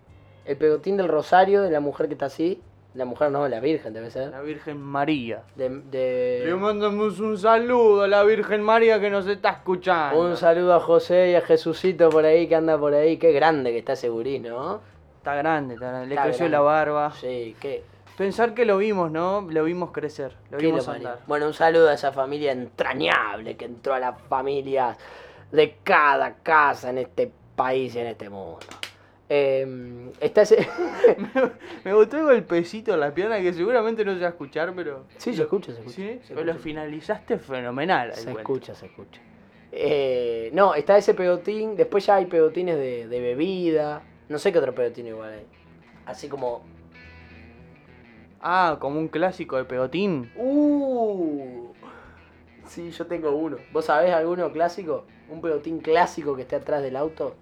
[SPEAKER 4] el pegotín del rosario de la mujer que está así. La mujer no, la virgen debe ser.
[SPEAKER 5] La Virgen María.
[SPEAKER 4] De, de-
[SPEAKER 5] Eh. Le mandamos un saludo a la Virgen María que nos está escuchando.
[SPEAKER 4] Un saludo a José y a Jesucito por ahí que anda por ahí. Qué grande que está ese gurí, ¿no?
[SPEAKER 5] Está grande, está grande. Le
[SPEAKER 4] Está
[SPEAKER 5] creció
[SPEAKER 4] grande.
[SPEAKER 5] la barba.
[SPEAKER 4] Sí, qué,
[SPEAKER 5] Pensar que lo vimos, ¿no? Lo vimos crecer. Lo
[SPEAKER 4] Que
[SPEAKER 5] vimos
[SPEAKER 4] lo parió.
[SPEAKER 5] andar. [LAUGHS]
[SPEAKER 4] Bueno, un saludo a esa familia entrañable que entró a las familias de cada casa en este país y en este mundo. Eh, está
[SPEAKER 5] [LAUGHS]
[SPEAKER 4] ese-
[SPEAKER 5] Me gustó el golpecito en la pierna que seguramente no se va a escuchar, pero.
[SPEAKER 4] Sí, se escucha, se escucha.
[SPEAKER 5] ¿Sí?
[SPEAKER 4] Se
[SPEAKER 5] Pero lo
[SPEAKER 4] escucha.
[SPEAKER 5] finalizaste fenomenal. al
[SPEAKER 4] se
[SPEAKER 5] cuento.
[SPEAKER 4] escucha, se escucha. Eh, no, está ese pegotín. Después ya hay pegotines de, de bebida. No sé qué otro pegotín igual hay. Así como.
[SPEAKER 5] Ah, como un clásico de pegotín.
[SPEAKER 4] ¡Uh! Sí, yo tengo uno. ¿Vos sabés alguno clásico? ¿Un pegotín clásico que esté atrás del auto?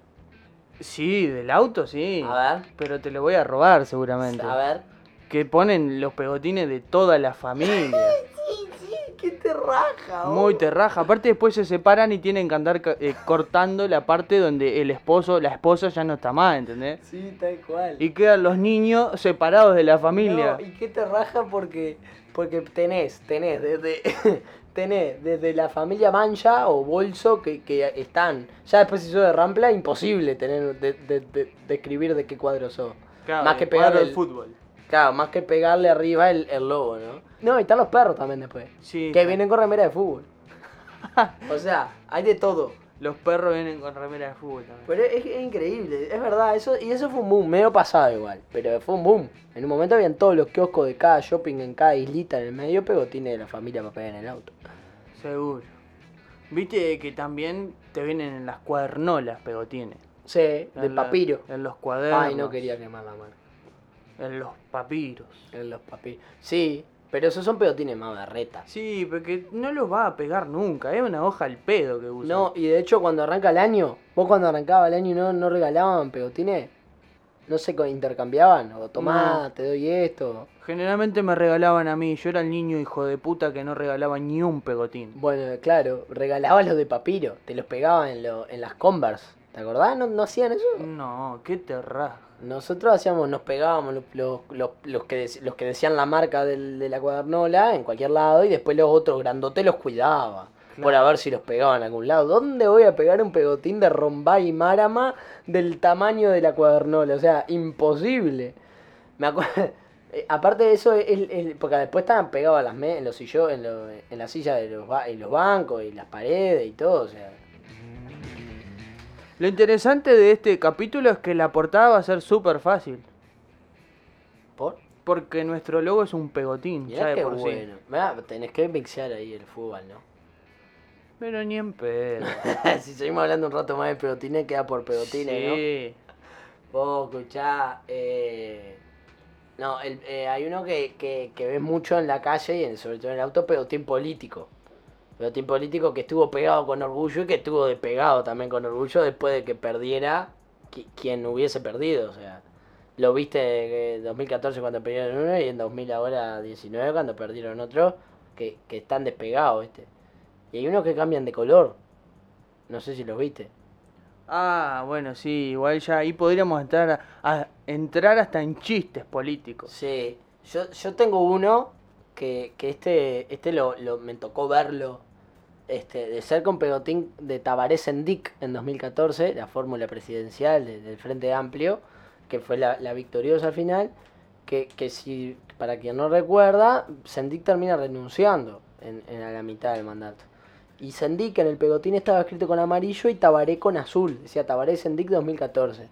[SPEAKER 5] Sí, del auto, sí.
[SPEAKER 4] A ver.
[SPEAKER 5] Pero te lo voy a robar seguramente.
[SPEAKER 4] A ver.
[SPEAKER 5] Que ponen los pegotines de toda la familia.
[SPEAKER 4] ¿Qué te raja?
[SPEAKER 5] Muy terraja. Aparte después se separan y tienen que andar ca- eh, cortando la parte donde el esposo, la esposa ya no está más, ¿entendés?
[SPEAKER 4] Sí, tal cual.
[SPEAKER 5] Y quedan los niños separados de la familia.
[SPEAKER 4] No, ¿Y qué te raja? Porque, porque tenés, tenés desde, [LAUGHS] tenés desde la familia Mancha o Bolso que, que están. Ya después si sos de Rampla, imposible tener de, de- de- describir de qué cuadro sos.
[SPEAKER 5] Claro,
[SPEAKER 4] más
[SPEAKER 5] el
[SPEAKER 4] que
[SPEAKER 5] cuadro
[SPEAKER 4] pegarle
[SPEAKER 5] del fútbol.
[SPEAKER 4] Claro, más que pegarle arriba el, el lobo, ¿no? No, y están los perros también después.
[SPEAKER 5] Sí.
[SPEAKER 4] Que vienen con remera
[SPEAKER 5] [LAUGHS]
[SPEAKER 4] de fútbol. o sea, hay de todo.
[SPEAKER 5] Los perros vienen con remera de fútbol también.
[SPEAKER 4] Pero es, es increíble, es verdad, eso, y eso fue un boom, medio pasado igual, pero fue un boom. En un momento habían todos los kioscos de cada shopping, en cada islita en el medio, pegotines de la familia para pegar en el auto.
[SPEAKER 5] Seguro. Viste que también te vienen en las cuadernolas pegotines.
[SPEAKER 4] Sí, de
[SPEAKER 5] En la-
[SPEAKER 4] papiro.
[SPEAKER 5] en los cuadernos.
[SPEAKER 4] Ay, no quería quemar la mano.
[SPEAKER 5] En los papiros.
[SPEAKER 4] En los papiros. Sí, pero esos son pegotines más berretas.
[SPEAKER 5] Sí, porque no los va a pegar nunca. Es una hoja al pedo que usa.
[SPEAKER 4] No, y de hecho cuando arranca el año, vos cuando arrancaba el año no, no regalaban pegotines, no se co- intercambiaban, o tomá,
[SPEAKER 5] No.
[SPEAKER 4] te doy esto.
[SPEAKER 5] Generalmente me regalaban a mí, yo era el niño hijo de puta que no regalaba ni un pegotín.
[SPEAKER 4] Bueno, claro, regalabas los de papiro, te los pegaban en, lo- en las Converse. ¿Te acordás? ¿No, no hacían eso?
[SPEAKER 5] No, qué terraja.
[SPEAKER 4] Nosotros hacíamos, nos pegábamos los, los- los- los que, dec- los que decían la marca del- de la cuadernola en cualquier lado y después los otros grandotes los cuidaba. Por a ver si los pegaban en algún lado. ¿Dónde voy a pegar un pegotín de Rombay y Marama del tamaño de la cuadernola? O sea, imposible. Me, acuer- [LAUGHS] Eh, aparte de eso, el- el- porque después estaban pegados a las me- en los sillo- en, lo- en la silla de los, ba- y los bancos y las paredes y todo, o sea.
[SPEAKER 5] Lo interesante de este capítulo es que la portada va a ser súper fácil.
[SPEAKER 4] ¿Por?
[SPEAKER 5] Porque nuestro logo es un pegotín, ya
[SPEAKER 4] Mirá
[SPEAKER 5] de
[SPEAKER 4] qué
[SPEAKER 5] por sí.
[SPEAKER 4] bueno. Mirá, tenés que mixear ahí el fútbol, ¿no?
[SPEAKER 5] Pero ni en
[SPEAKER 4] [LAUGHS]
[SPEAKER 5] pedo.
[SPEAKER 4] si seguimos hablando un rato más de pelotines, queda por pelotines, ¿no?
[SPEAKER 5] sí.
[SPEAKER 4] Vos escuchá, eh, no, el- eh, hay uno que, que, que ves mucho en la calle y en, sobre todo en el auto, pelotín político. Pelotín político que estuvo pegado con orgullo y que estuvo despegado también con orgullo después de que perdiera qui- quien hubiese perdido. O sea, lo viste en 2014 cuando perdieron uno y en 2000 ahora 19 cuando perdieron otro, que, que están despegados, ¿viste? Y hay unos que cambian de color. No sé si los viste.
[SPEAKER 5] Ah, bueno, sí, igual ya ahí podríamos entrar, a, a- entrar hasta en chistes políticos.
[SPEAKER 4] Sí, yo, yo tengo uno que, que este, este lo, lo- me tocó verlo. Este, de ser con pegotín de Tabaré Sendic en 2014, la fórmula presidencial de- del Frente Amplio, que fue la, la victoriosa al final, que, que si, para quien no recuerda, Sendic termina renunciando en, en- a la mitad del mandato. Y Sendic en el pegotín estaba escrito con amarillo y Tabaré con azul, decía Tabaré Sendic 2014.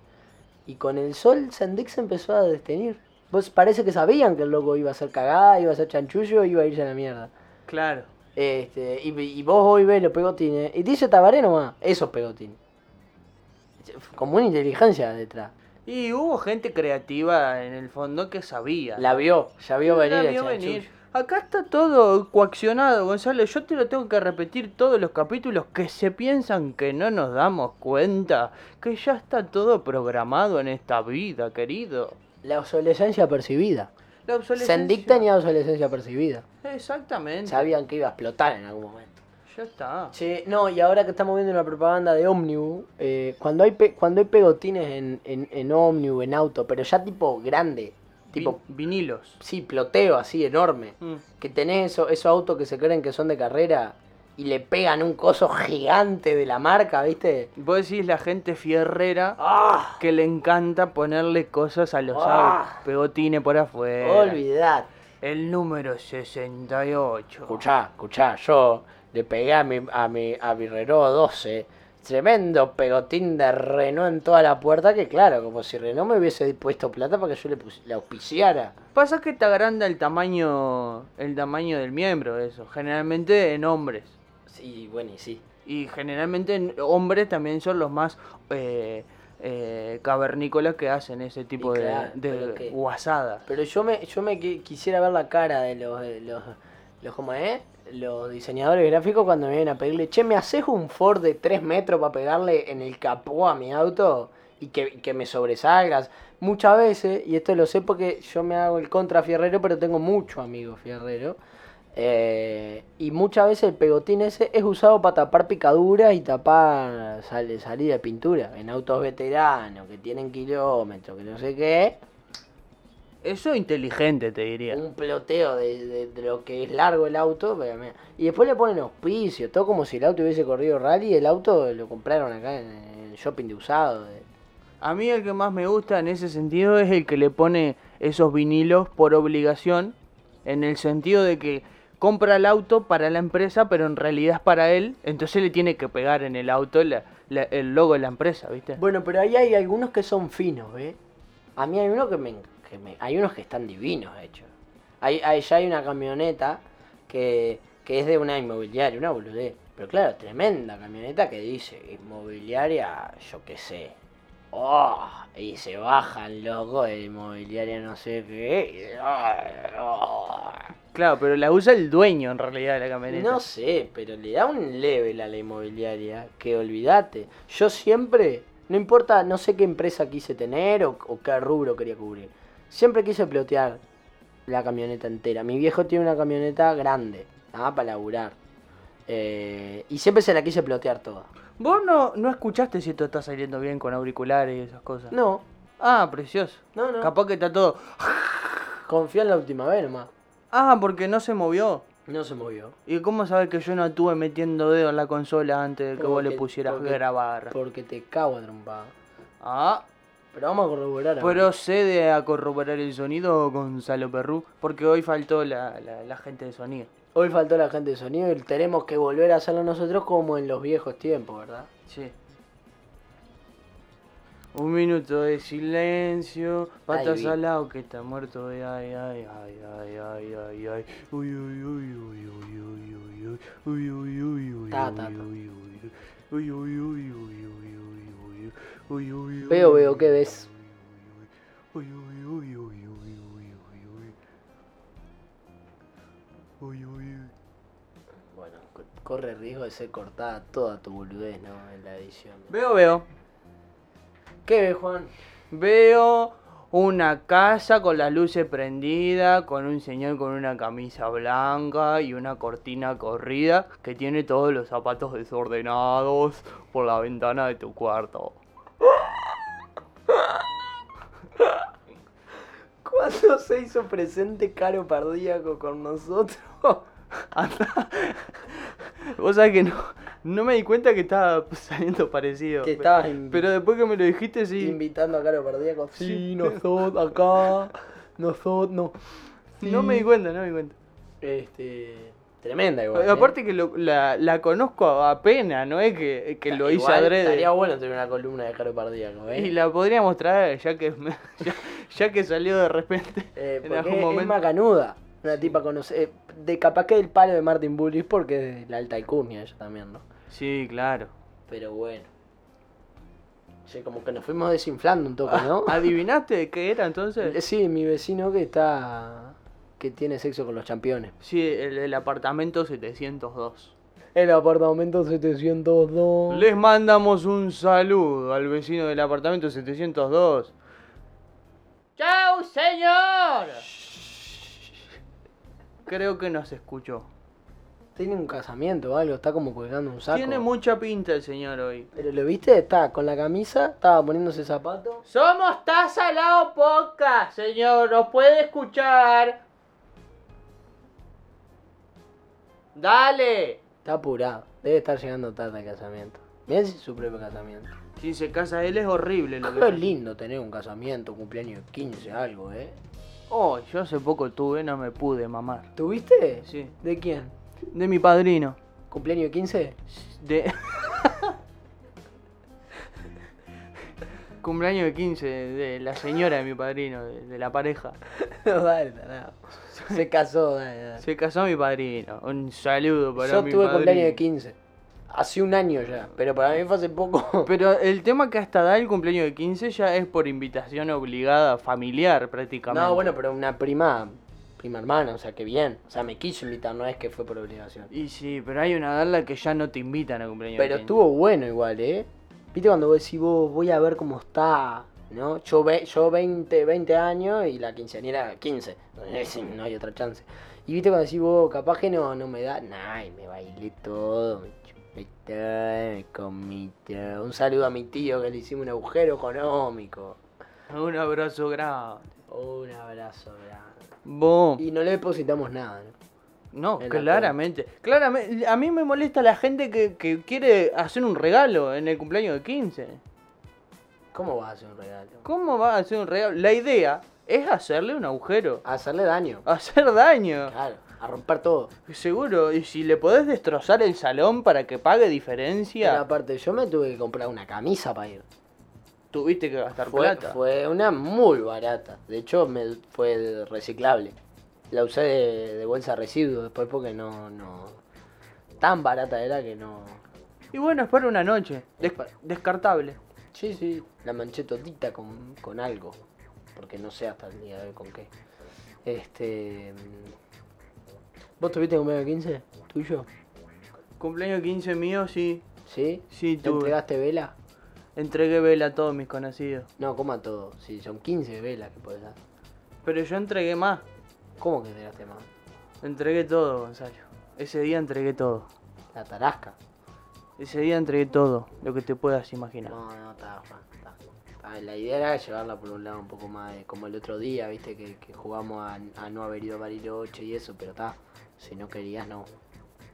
[SPEAKER 4] Y con el sol Sendik se empezó a destenir. Pues parece que sabían que el loco iba a ser cagada, iba a ser chanchullo, iba a irse a la mierda.
[SPEAKER 5] Claro.
[SPEAKER 4] Este, y, y vos hoy ves los pegotines. Y dice Tabaré nomás, esos pegotines. Como una inteligencia detrás.
[SPEAKER 5] Y hubo gente creativa en el fondo que sabía.
[SPEAKER 4] La vio, ya vio venir
[SPEAKER 5] La
[SPEAKER 4] el
[SPEAKER 5] vio
[SPEAKER 4] chanchullo.
[SPEAKER 5] venir. Acá está todo coaccionado, Gonzalo. Yo te lo tengo que repetir todos los capítulos que se piensan que no nos damos cuenta. Que ya está todo programado en esta vida, querido.
[SPEAKER 4] La obsolescencia percibida.
[SPEAKER 5] La obsolescencia.
[SPEAKER 4] Sendik tenía obsolescencia percibida.
[SPEAKER 5] Exactamente.
[SPEAKER 4] Sabían que iba a explotar en algún momento.
[SPEAKER 5] Ya está.
[SPEAKER 4] Che, no, y ahora que estamos viendo una propaganda de ómnibus, eh, cuando hay pe- cuando hay pegotines en, en, en ómnibus, en auto, pero ya tipo grande, tipo,
[SPEAKER 5] Vin- vinilos.
[SPEAKER 4] sí, ploteo así enorme,
[SPEAKER 5] Mm.
[SPEAKER 4] que tenés eso- esos autos que se creen que son de carrera y le pegan un coso gigante de la marca, ¿viste?
[SPEAKER 5] Vos decís la gente fierrera
[SPEAKER 4] ¡Ah!
[SPEAKER 5] que le encanta ponerle cosas a los
[SPEAKER 4] Ah.
[SPEAKER 5] autos. Pegotines por afuera.
[SPEAKER 4] Olvidate.
[SPEAKER 5] El número 68.
[SPEAKER 4] Escuchá, escuchá, yo le pegué a mi, a mi, a mi Renault 12. Tremendo pegotín de Renault en toda la puerta que claro, como si Renault me hubiese puesto plata para que yo le pus- la auspiciara.
[SPEAKER 5] Pasa que te agranda el tamaño, el tamaño del miembro, eso. Generalmente en hombres.
[SPEAKER 4] Sí, bueno, y sí.
[SPEAKER 5] Y generalmente en hombres también son los más eh, eh, cavernícolas que hacen ese tipo
[SPEAKER 4] Y
[SPEAKER 5] de,
[SPEAKER 4] claro,
[SPEAKER 5] de
[SPEAKER 4] pero que-
[SPEAKER 5] guasadas.
[SPEAKER 4] Pero yo me, yo me qui- quisiera ver la cara de los, de los, los ¿cómo es? Los diseñadores gráficos cuando me vienen a pedirle, che, ¿me haces un Ford de 3 metros para pegarle en el capó a mi auto? Y que, y que me sobresalgas. Muchas veces, y esto lo sé porque yo me hago el contra fierrero, pero tengo mucho amigo fierrero. eh, y muchas veces el pegotín ese es usado para tapar picaduras y tapar sale, salida de pintura. En autos veteranos que tienen kilómetros, que no sé qué.
[SPEAKER 5] Eso inteligente, te diría.
[SPEAKER 4] Un peloteo de, de- de lo que es largo el auto. pero mira. Y después le ponen auspicio, todo como si el auto hubiese corrido rally. El auto lo compraron acá en el shopping de usado. de-
[SPEAKER 5] A mí el que más me gusta en ese sentido es el que le pone esos vinilos por obligación, en el sentido de que compra el auto para la empresa, pero en realidad es para él, entonces le tiene que pegar en el auto la- la- el logo de la empresa, ¿viste?
[SPEAKER 4] Bueno, pero ahí hay algunos que son finos, ¿eh? A mí hay uno que me, que me- hay unos que están divinos, de hecho. Hay, hay- ya hay una camioneta que, que es de una inmobiliaria, una boludez. Pero claro, tremenda camioneta que dice inmobiliaria, yo qué sé. Oh, y se bajan locos de inmobiliaria no sé qué. y, ah, ah.
[SPEAKER 5] Claro, pero la usa el dueño en realidad de la camioneta.
[SPEAKER 4] No sé, pero le da un level a la inmobiliaria que olvídate. Yo siempre, no importa, no sé qué empresa quise tener o, o qué rubro quería cubrir. Siempre quise plotear la camioneta entera. Mi viejo tiene una camioneta grande, ah, para laburar. Eh, y siempre se la quise plotear toda.
[SPEAKER 5] Vos no, no escuchaste si esto está saliendo bien con auriculares y esas cosas.
[SPEAKER 4] No,
[SPEAKER 5] Ah, precioso.
[SPEAKER 4] no, no.
[SPEAKER 5] Capaz que está todo.
[SPEAKER 4] Confía en la última vez nomás.
[SPEAKER 5] Ah, porque no se movió.
[SPEAKER 4] No se movió.
[SPEAKER 5] ¿Y cómo sabes que yo no estuve metiendo dedo en la consola antes de que vos le
[SPEAKER 4] Porque-
[SPEAKER 5] pusieras
[SPEAKER 4] porque-
[SPEAKER 5] grabar?
[SPEAKER 4] Porque te cago a trompado.
[SPEAKER 5] Ah,
[SPEAKER 4] Pero vamos a corroborar. ahora.
[SPEAKER 5] Procede a corroborar el sonido Gonzalo Perrú, porque hoy faltó la, la- la gente de sonido.
[SPEAKER 4] Hoy faltó la gente de sonido y tenemos que volver a hacerlo nosotros como en los viejos tiempos, ¿verdad?
[SPEAKER 5] Sí. Un minuto de silencio, patas
[SPEAKER 4] vi.
[SPEAKER 5] al lado que está muerto. Ay, ay, ay, ay, ay, ay, ay, ay. Uy, uy, uy, uy, uy, uy, uy, uy. Uy, uy, uy, uy,
[SPEAKER 4] Ta,
[SPEAKER 5] uy,
[SPEAKER 4] ta, ta.
[SPEAKER 5] uy, uy. Uy, uy, uy, uy, uy, uy, uy, uy, uy, uy.
[SPEAKER 4] Veo, veo, ¿qué ves?
[SPEAKER 5] Uy, uy, uy, uy, uy, uy, uy, uy. Uy, uy, uy.
[SPEAKER 4] Bueno, co- corre riesgo de ser cortada toda tu boludez, ¿no? En la edición.
[SPEAKER 5] Veo, veo.
[SPEAKER 4] ¿Qué ves, Juan?
[SPEAKER 5] Veo una casa con las luces prendidas, con un señor con una camisa blanca y una cortina corrida que tiene todos los zapatos desordenados por la ventana de tu cuarto. [LAUGHS]
[SPEAKER 4] ¿Cuándo se hizo presente Caro Pardíaco con [LAUGHS] nosotros?
[SPEAKER 5] Anda. Vos sabés que no, no me di cuenta que estaba saliendo parecido.
[SPEAKER 4] Que estabas invi-
[SPEAKER 5] Pero después que me lo dijiste, sí.
[SPEAKER 4] Invitando a Caro Pardíaco.
[SPEAKER 5] Sí.
[SPEAKER 4] nosotros acá. Nosotros, no.
[SPEAKER 5] No me di cuenta, no me di cuenta.
[SPEAKER 4] Este. Tremenda igual. ¿eh?
[SPEAKER 5] Aparte que lo- la, la conozco apenas, no es que, que lo hice
[SPEAKER 4] Igual
[SPEAKER 5] adrede.
[SPEAKER 4] Estaría bueno tener una columna de Caro Pardíaco, ¿eh?
[SPEAKER 5] Y la podríamos traer, ya que, [LAUGHS] ya, ya que salió de repente
[SPEAKER 4] Eh,
[SPEAKER 5] en
[SPEAKER 4] porque
[SPEAKER 5] algún
[SPEAKER 4] es
[SPEAKER 5] momento.
[SPEAKER 4] macanuda. Una tipa conoce, eh, de capaz que del palo de Martin Bullis porque es de la alta alcurnia ella también, ¿no?
[SPEAKER 5] Sí, claro.
[SPEAKER 4] Pero bueno. Che, como que nos fuimos desinflando un toque,
[SPEAKER 5] [LAUGHS]
[SPEAKER 4] ¿no?
[SPEAKER 5] Ah, ¿Adivinaste de qué era
[SPEAKER 4] Eh,
[SPEAKER 5] entonces?
[SPEAKER 4] sí, mi vecino que está. que tiene sexo con los campeones.
[SPEAKER 5] Sí, el, el apartamento 702.
[SPEAKER 4] El apartamento 702.
[SPEAKER 5] Les mandamos un saludo al vecino del apartamento 702. ¡Chao, señor! Creo que nos escuchó.
[SPEAKER 4] Tiene un casamiento o algo, está como colgando un saco.
[SPEAKER 5] Tiene mucha pinta el señor hoy.
[SPEAKER 4] Pero lo viste, está con la camisa, estaba poniéndose zapatos.
[SPEAKER 5] Somos Taza Lao Poca, señor, nos puede escuchar. Dale.
[SPEAKER 4] Está apurado. Debe estar llegando tarde al casamiento. Mirá si es su propio casamiento.
[SPEAKER 5] Si se casa él es horrible lo que
[SPEAKER 4] Pero es lindo tener un casamiento, un cumpleaños de 15, algo, ¿eh?
[SPEAKER 5] Oh, yo hace poco tuve, no me pude mamar.
[SPEAKER 4] ¿Tuviste?
[SPEAKER 5] Sí.
[SPEAKER 4] ¿De quién?
[SPEAKER 5] De mi padrino.
[SPEAKER 4] ¿Cumpleaños de 15?
[SPEAKER 5] De. [LAUGHS] Cumpleaños de 15 de la señora de mi padrino, de, de la pareja.
[SPEAKER 4] [LAUGHS] no, dale, tarado. [LAUGHS] Se casó, dale, dale.
[SPEAKER 5] Se casó mi padrino. Un saludo para
[SPEAKER 4] Yo
[SPEAKER 5] mi
[SPEAKER 4] tuve
[SPEAKER 5] padrino.
[SPEAKER 4] cumpleaños de 15. Hace un año ya, pero para mí fue hace [LAUGHS] poco.
[SPEAKER 5] Pero el tema que hasta da el cumpleaños de 15 ya es por invitación obligada, familiar prácticamente.
[SPEAKER 4] No, bueno, pero una prima, prima hermana, o sea que bien. O sea, me quiso invitar, no es que fue por obligación.
[SPEAKER 5] Y sí, pero hay una edad en la que ya no te invitan a cumpleaños
[SPEAKER 4] Pero
[SPEAKER 5] de 15.
[SPEAKER 4] estuvo bueno igual, ¿eh? Viste cuando vos decís, vos voy a ver cómo está, ¿no? Yo, ve, yo 20, 20 años y la quinceañera 15. Sí, No hay otra chance. Y viste cuando decís, vos capaz que no, no me da. Nah, y me bailé todo, me chupé todo, me comí todo. Un saludo a mi tío que le hicimos un agujero económico.
[SPEAKER 5] Un abrazo grande.
[SPEAKER 4] Un abrazo grande.
[SPEAKER 5] Vos.
[SPEAKER 4] Y no le depositamos nada, ¿no?
[SPEAKER 5] No,
[SPEAKER 4] en la
[SPEAKER 5] claramente. Claramente. A mí me molesta la gente que, que quiere hacer un regalo en el cumpleaños de 15.
[SPEAKER 4] ¿Cómo vas a hacer un regalo?
[SPEAKER 5] ¿Cómo va a hacer un regalo? La idea es hacerle un agujero.
[SPEAKER 4] Hacerle daño.
[SPEAKER 5] Hacer daño.
[SPEAKER 4] Claro, a romper todo.
[SPEAKER 5] Seguro. Y si le podés destrozar el salón para que pague diferencia,
[SPEAKER 4] Pero aparte, yo me tuve que comprar una camisa para ir.
[SPEAKER 5] tuviste que gastar
[SPEAKER 4] Fue,
[SPEAKER 5] plata.
[SPEAKER 4] fue una muy barata. De hecho, me, fue reciclable. La usé de, de bolsa residuo después porque no, no. Tan barata era que no.
[SPEAKER 5] Y bueno, es para una noche. Des- descartable.
[SPEAKER 4] Sí, sí. La manché todita con, con algo. Porque no sé hasta el día de hoy con qué. Este. mm. ¿Vos tuviste conmigo 15? ¿Tuyo?
[SPEAKER 5] Cumpleaños 15 mío, sí.
[SPEAKER 4] ¿Sí?
[SPEAKER 5] Sí,
[SPEAKER 4] ¿Te
[SPEAKER 5] tuve.
[SPEAKER 4] entregaste vela?
[SPEAKER 5] Entregué vela a todos mis conocidos.
[SPEAKER 4] No, coma todo. Sí, son 15 velas que podés dar.
[SPEAKER 5] Pero yo entregué más.
[SPEAKER 4] ¿Cómo que entregaste más?
[SPEAKER 5] Entregué todo, Gonzalo. Ese día entregué todo.
[SPEAKER 4] La tarasca.
[SPEAKER 5] Ese día entregué todo, lo que te puedas imaginar.
[SPEAKER 4] No, no, está, Juan, está. Ah, La idea era llevarla por un lado un poco más de- como el otro día, viste, que, que jugamos a, a no haber ido a Bariloche y eso, pero está. Si no querías, no.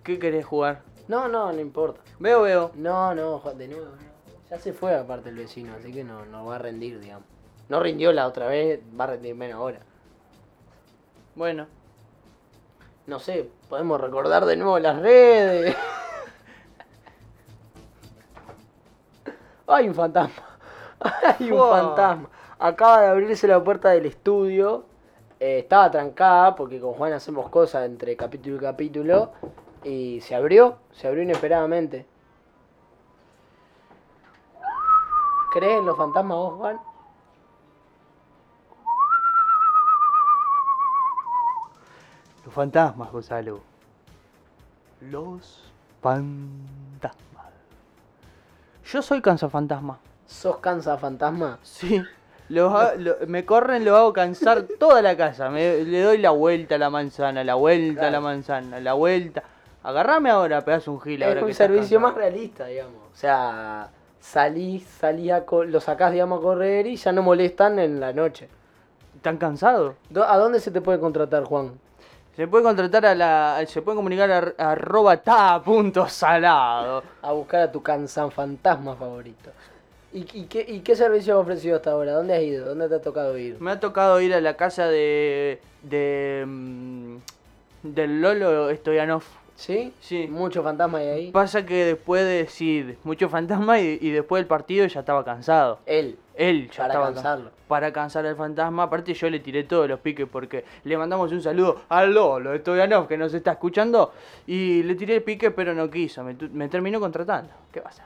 [SPEAKER 5] ¿Qué querés jugar?
[SPEAKER 4] No, no, no importa.
[SPEAKER 5] Veo, veo.
[SPEAKER 4] No, no, Juan, de nuevo. no. Ya se fue aparte el vecino, así que no, no va a rendir, digamos. No rindió la otra vez, va a rendir menos ahora.
[SPEAKER 5] Bueno,
[SPEAKER 4] No sé, podemos recordar de nuevo las redes. Hay un fantasma. Hay un
[SPEAKER 5] Fua.
[SPEAKER 4] fantasma. Acaba de abrirse la puerta del estudio. Eh, estaba trancada porque con Juan hacemos cosas entre capítulo y capítulo. Y se abrió, se abrió inesperadamente. ¿Crees en los fantasmas vos, Juan?
[SPEAKER 5] los fantasmas, Gonzalo. Los fantasmas. Yo soy fantasma
[SPEAKER 4] ¿Sos cansa fantasma?
[SPEAKER 5] Sí. Los ha- lo- me corren, lo hago cansar toda la casa. Me- le doy la vuelta a la manzana, la vuelta a la
[SPEAKER 4] Claro.
[SPEAKER 5] manzana, la vuelta. Agarrame ahora, pedazo un gil. ahora
[SPEAKER 4] es
[SPEAKER 5] que
[SPEAKER 4] un
[SPEAKER 5] estás
[SPEAKER 4] servicio más
[SPEAKER 5] cansado.
[SPEAKER 4] realista, digamos. O sea, salís, salís a co- lo sacás, digamos, a correr y ya no molestan en la noche.
[SPEAKER 5] ¿Están cansados?
[SPEAKER 4] Do- ¿A dónde se te puede contratar, Juan?
[SPEAKER 5] Se puede contratar a la. Se puede comunicar a, r- arroba ta punto salado.
[SPEAKER 4] A buscar a tu cansan fantasma favorito. ¿Y, y qué, y qué servicio has ofrecido hasta ahora? ¿Dónde has ido? ¿Dónde te ha tocado ir?
[SPEAKER 5] Me ha tocado ir a la casa de. de. mm, del Lolo Stoyanov.
[SPEAKER 4] ¿Sí?
[SPEAKER 5] Sí.
[SPEAKER 4] Muchos fantasmas hay ahí.
[SPEAKER 5] Pasa que después de. sí, mucho fantasma y, y después del partido ya estaba cansado.
[SPEAKER 4] Él.
[SPEAKER 5] Él ya
[SPEAKER 4] Para
[SPEAKER 5] estaba
[SPEAKER 4] cansarlo.
[SPEAKER 5] ca- Para cansar al fantasma. Aparte yo le tiré todos los piques porque le mandamos un saludo a Lolo de Stoyanov que nos está escuchando. Y le tiré el pique pero no quiso. Me, tu- me terminó contratando. ¿Qué va a ser?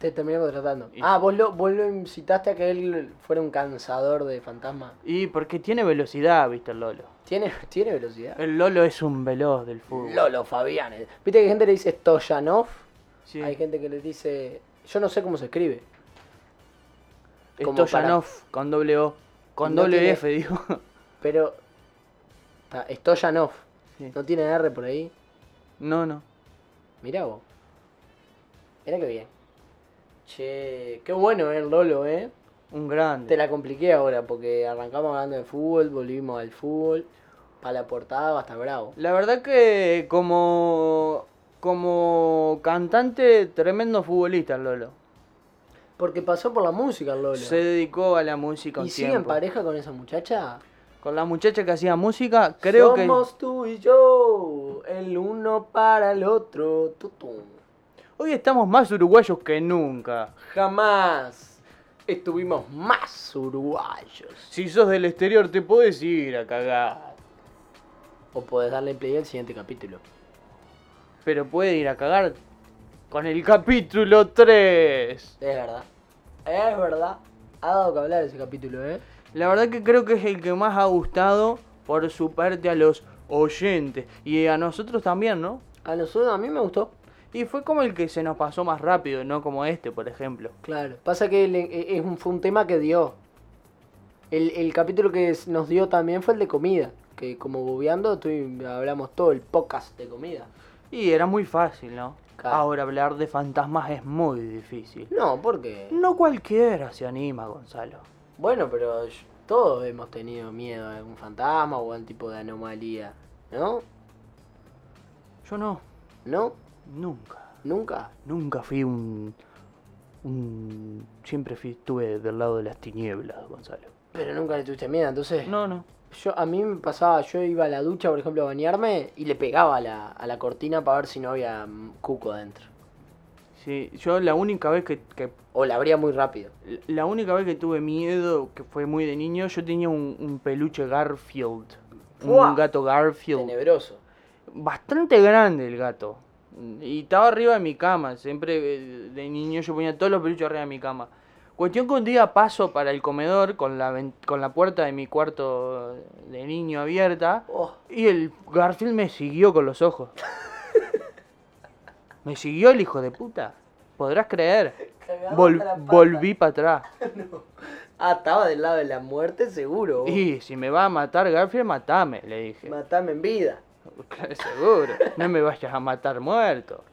[SPEAKER 4] Te terminó contratando.
[SPEAKER 5] Y-
[SPEAKER 4] Ah, vos lo, vos lo incitaste a que él fuera un cansador de fantasmas.
[SPEAKER 5] Y porque tiene velocidad, viste, el Lolo.
[SPEAKER 4] ¿Tiene, tiene velocidad?
[SPEAKER 5] El Lolo es un veloz del fútbol.
[SPEAKER 4] Lolo Fabianes. Viste que hay gente que le dice Stoyanov.
[SPEAKER 5] Sí.
[SPEAKER 4] Hay gente que le dice. Yo no sé cómo se escribe. como
[SPEAKER 5] Stoyanov con doble O. Con
[SPEAKER 4] No
[SPEAKER 5] doble
[SPEAKER 4] tiene-
[SPEAKER 5] F, digo. [LAUGHS]
[SPEAKER 4] Pero. ta, Stoyanov.
[SPEAKER 5] Sí.
[SPEAKER 4] No tiene R por ahí.
[SPEAKER 5] No, no.
[SPEAKER 4] Mirá vos. Mirá que bien. Che, qué bueno el Lolo, eh.
[SPEAKER 5] Un
[SPEAKER 4] Te
[SPEAKER 5] grande.
[SPEAKER 4] la compliqué ahora porque arrancamos hablando de fútbol, volvimos al fútbol. Para la portada, hasta bravo.
[SPEAKER 5] La verdad que como. Como cantante, tremendo futbolista el Lolo.
[SPEAKER 4] Porque pasó por la música el Lolo.
[SPEAKER 5] Se dedicó a la música un
[SPEAKER 4] ¿Y sigue en
[SPEAKER 5] tiempo.
[SPEAKER 4] pareja con esa muchacha?
[SPEAKER 5] Con la muchacha que hacía música, creo
[SPEAKER 4] Somos tú y yo, el uno para el otro. Tutum.
[SPEAKER 5] que hoy estamos más uruguayos que nunca.
[SPEAKER 4] Jamás estuvimos más uruguayos.
[SPEAKER 5] Si sos del exterior te podés ir a cagar.
[SPEAKER 4] O podés darle play al siguiente capítulo.
[SPEAKER 5] Pero puede ir a cagar con el capítulo 3.
[SPEAKER 4] Es verdad. Es verdad. Ha dado que hablar ese capítulo, ¿eh?
[SPEAKER 5] La verdad que creo que es el que más ha gustado por su parte a los oyentes. Y a nosotros también, ¿no?
[SPEAKER 4] A nosotros, a mí me gustó.
[SPEAKER 5] Y fue como el que se nos pasó más rápido, no como este, por ejemplo.
[SPEAKER 4] Claro. Pasa que le- e- es un, fue un tema que dio. El, el capítulo que es- nos dio también fue el de comida. Que como bobeando estuvi- hablamos todo el podcast de comida.
[SPEAKER 5] Y era muy fácil, ¿no?
[SPEAKER 4] Claro.
[SPEAKER 5] Ahora hablar de fantasmas es muy difícil.
[SPEAKER 4] No, porque...
[SPEAKER 5] No cualquiera se anima, Gonzalo.
[SPEAKER 4] Bueno, pero yo- todos hemos tenido miedo a algún fantasma o a algún tipo de anomalía. ¿No?
[SPEAKER 5] Yo no,
[SPEAKER 4] ¿No?
[SPEAKER 5] nunca.
[SPEAKER 4] ¿Nunca?
[SPEAKER 5] Nunca fui un... un siempre fui, estuve del lado de las tinieblas, Gonzalo.
[SPEAKER 4] Pero nunca le tuviste miedo, entonces.
[SPEAKER 5] No, no.
[SPEAKER 4] Yo, a mí me pasaba, yo iba a la ducha, por ejemplo, a bañarme y le pegaba a la, a la cortina para ver si no había mm, cuco dentro.
[SPEAKER 5] Sí, yo la única vez que- que
[SPEAKER 4] O la abría muy rápido.
[SPEAKER 5] La única vez que tuve miedo, que fue muy de niño, yo tenía un, un peluche Garfield.
[SPEAKER 4] Fua.
[SPEAKER 5] Un gato Garfield.
[SPEAKER 4] Tenebroso.
[SPEAKER 5] Bastante grande el gato. Y estaba arriba de mi cama. Siempre eh, de niño yo ponía todos los peluches arriba de mi cama. Cuestión que un día paso para el comedor con la, ven- con la puerta de mi cuarto de niño abierta.
[SPEAKER 4] Oh,
[SPEAKER 5] Y el Garfield me siguió con los ojos. [LAUGHS] me siguió el hijo de puta. ¿Podrás creer?
[SPEAKER 4] Cagado
[SPEAKER 5] Vol-
[SPEAKER 4] hasta la pata.
[SPEAKER 5] volví para atrás.
[SPEAKER 4] Ah, estaba del lado de la muerte, seguro. vos.
[SPEAKER 5] Y si me va a matar Garfield, matame, le dije.
[SPEAKER 4] Matame en vida.
[SPEAKER 5] [LAUGHS] Claro, seguro. No me vayas a matar muerto.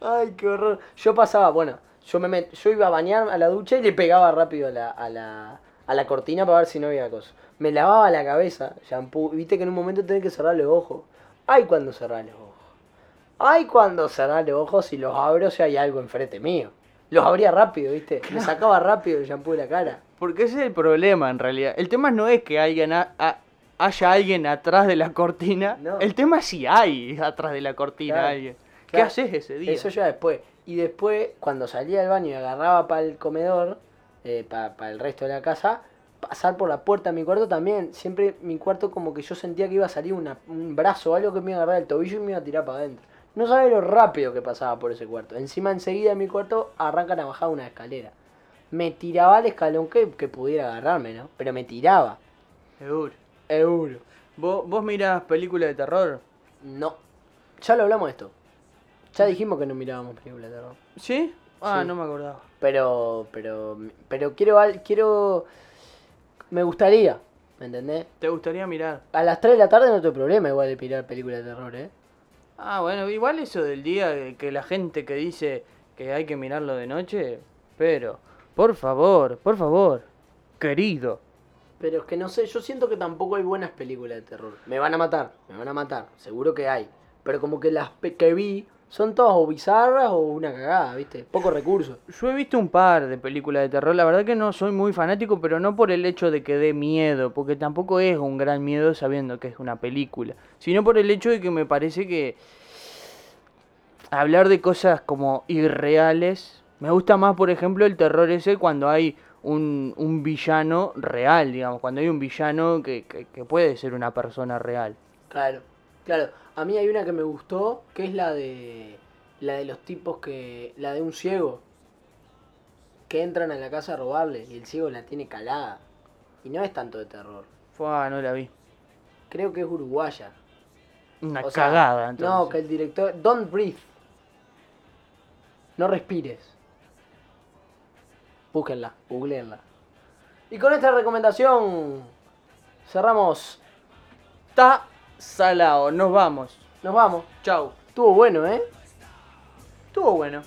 [SPEAKER 4] Ay, qué horror. Yo pasaba, bueno, yo me met- yo iba a bañar a la ducha y le pegaba rápido a la, a la, a la cortina para ver si no había cosa. Me lavaba la cabeza, shampoo, y viste que en un momento tenés que cerrar los ojos. Ay, cuando cerrar los ojos. Ay, cuando cerrar los ojos si los abro si hay algo enfrente mío. Los abría rápido, viste. Me sacaba rápido el shampoo de la cara.
[SPEAKER 5] Porque ese es el problema en realidad. El tema no es que alguien ha- ha- haya alguien atrás de la cortina.
[SPEAKER 4] No.
[SPEAKER 5] El tema es si hay atrás de la cortina
[SPEAKER 4] Claro,
[SPEAKER 5] alguien. ¿Qué
[SPEAKER 4] claro.
[SPEAKER 5] haces ese día?
[SPEAKER 4] Eso ya después. Y después, cuando salía del baño y agarraba para el comedor, para el resto de la casa, pasar por la puerta de mi cuarto también. Siempre mi cuarto como que yo sentía que iba a salir una- un brazo o algo que me iba a agarrar el tobillo y me iba a tirar para adentro. No sabe lo rápido que pasaba por ese cuarto. Encima enseguida en mi cuarto arrancan a bajar una escalera. Me tiraba al escalón que, que pudiera agarrarme, ¿no? Pero me tiraba.
[SPEAKER 5] Seguro.
[SPEAKER 4] Euro.
[SPEAKER 5] ¿Vos, vos mirás películas de terror?
[SPEAKER 4] No. Ya lo hablamos de esto. Ya dijimos que no mirábamos películas de terror.
[SPEAKER 5] ¿Sí? Ah,
[SPEAKER 4] Sí.
[SPEAKER 5] no me acordaba.
[SPEAKER 4] Pero, pero, pero quiero, al- quiero, me gustaría, ¿me entendés?
[SPEAKER 5] ¿Te gustaría mirar?
[SPEAKER 4] A las 3 de la tarde no tengo problema igual de mirar películas de terror, ¿eh?
[SPEAKER 5] Ah, bueno, igual eso del día de que la gente que dice que hay que mirarlo de noche. Pero, por favor, por favor, querido.
[SPEAKER 4] Pero es que no sé, yo siento que tampoco hay buenas películas de terror. Me van a matar, me van a matar, seguro que hay. Pero como que las pe- que vi son todas o bizarras o una cagada, ¿viste? Poco recursos.
[SPEAKER 5] Yo he visto un par de películas de terror, la verdad que no soy muy fanático, pero no por el hecho de que dé miedo, porque tampoco es un gran miedo sabiendo que es una película, sino por el hecho de que me parece que hablar de cosas como irreales, me gusta más, por ejemplo, el terror ese cuando hay un, un villano real, digamos, cuando hay un villano que, que- que puede ser una persona real.
[SPEAKER 4] Claro, claro. A mí hay una que me gustó, que es la de, la de los tipos que, la de un ciego, que entran a la casa a robarle y el ciego la tiene calada. Y no es tanto de terror.
[SPEAKER 5] Fua, no la vi.
[SPEAKER 4] Creo que es uruguaya.
[SPEAKER 5] Una
[SPEAKER 4] O sea,
[SPEAKER 5] cagada, entonces.
[SPEAKER 4] No, que el director. Don't breathe. No respires. Búsquenla, googleenla. Y con esta recomendación cerramos.
[SPEAKER 5] Está salado, nos vamos.
[SPEAKER 4] Nos vamos.
[SPEAKER 5] Chau.
[SPEAKER 4] Estuvo bueno, ¿eh?
[SPEAKER 5] Estuvo bueno.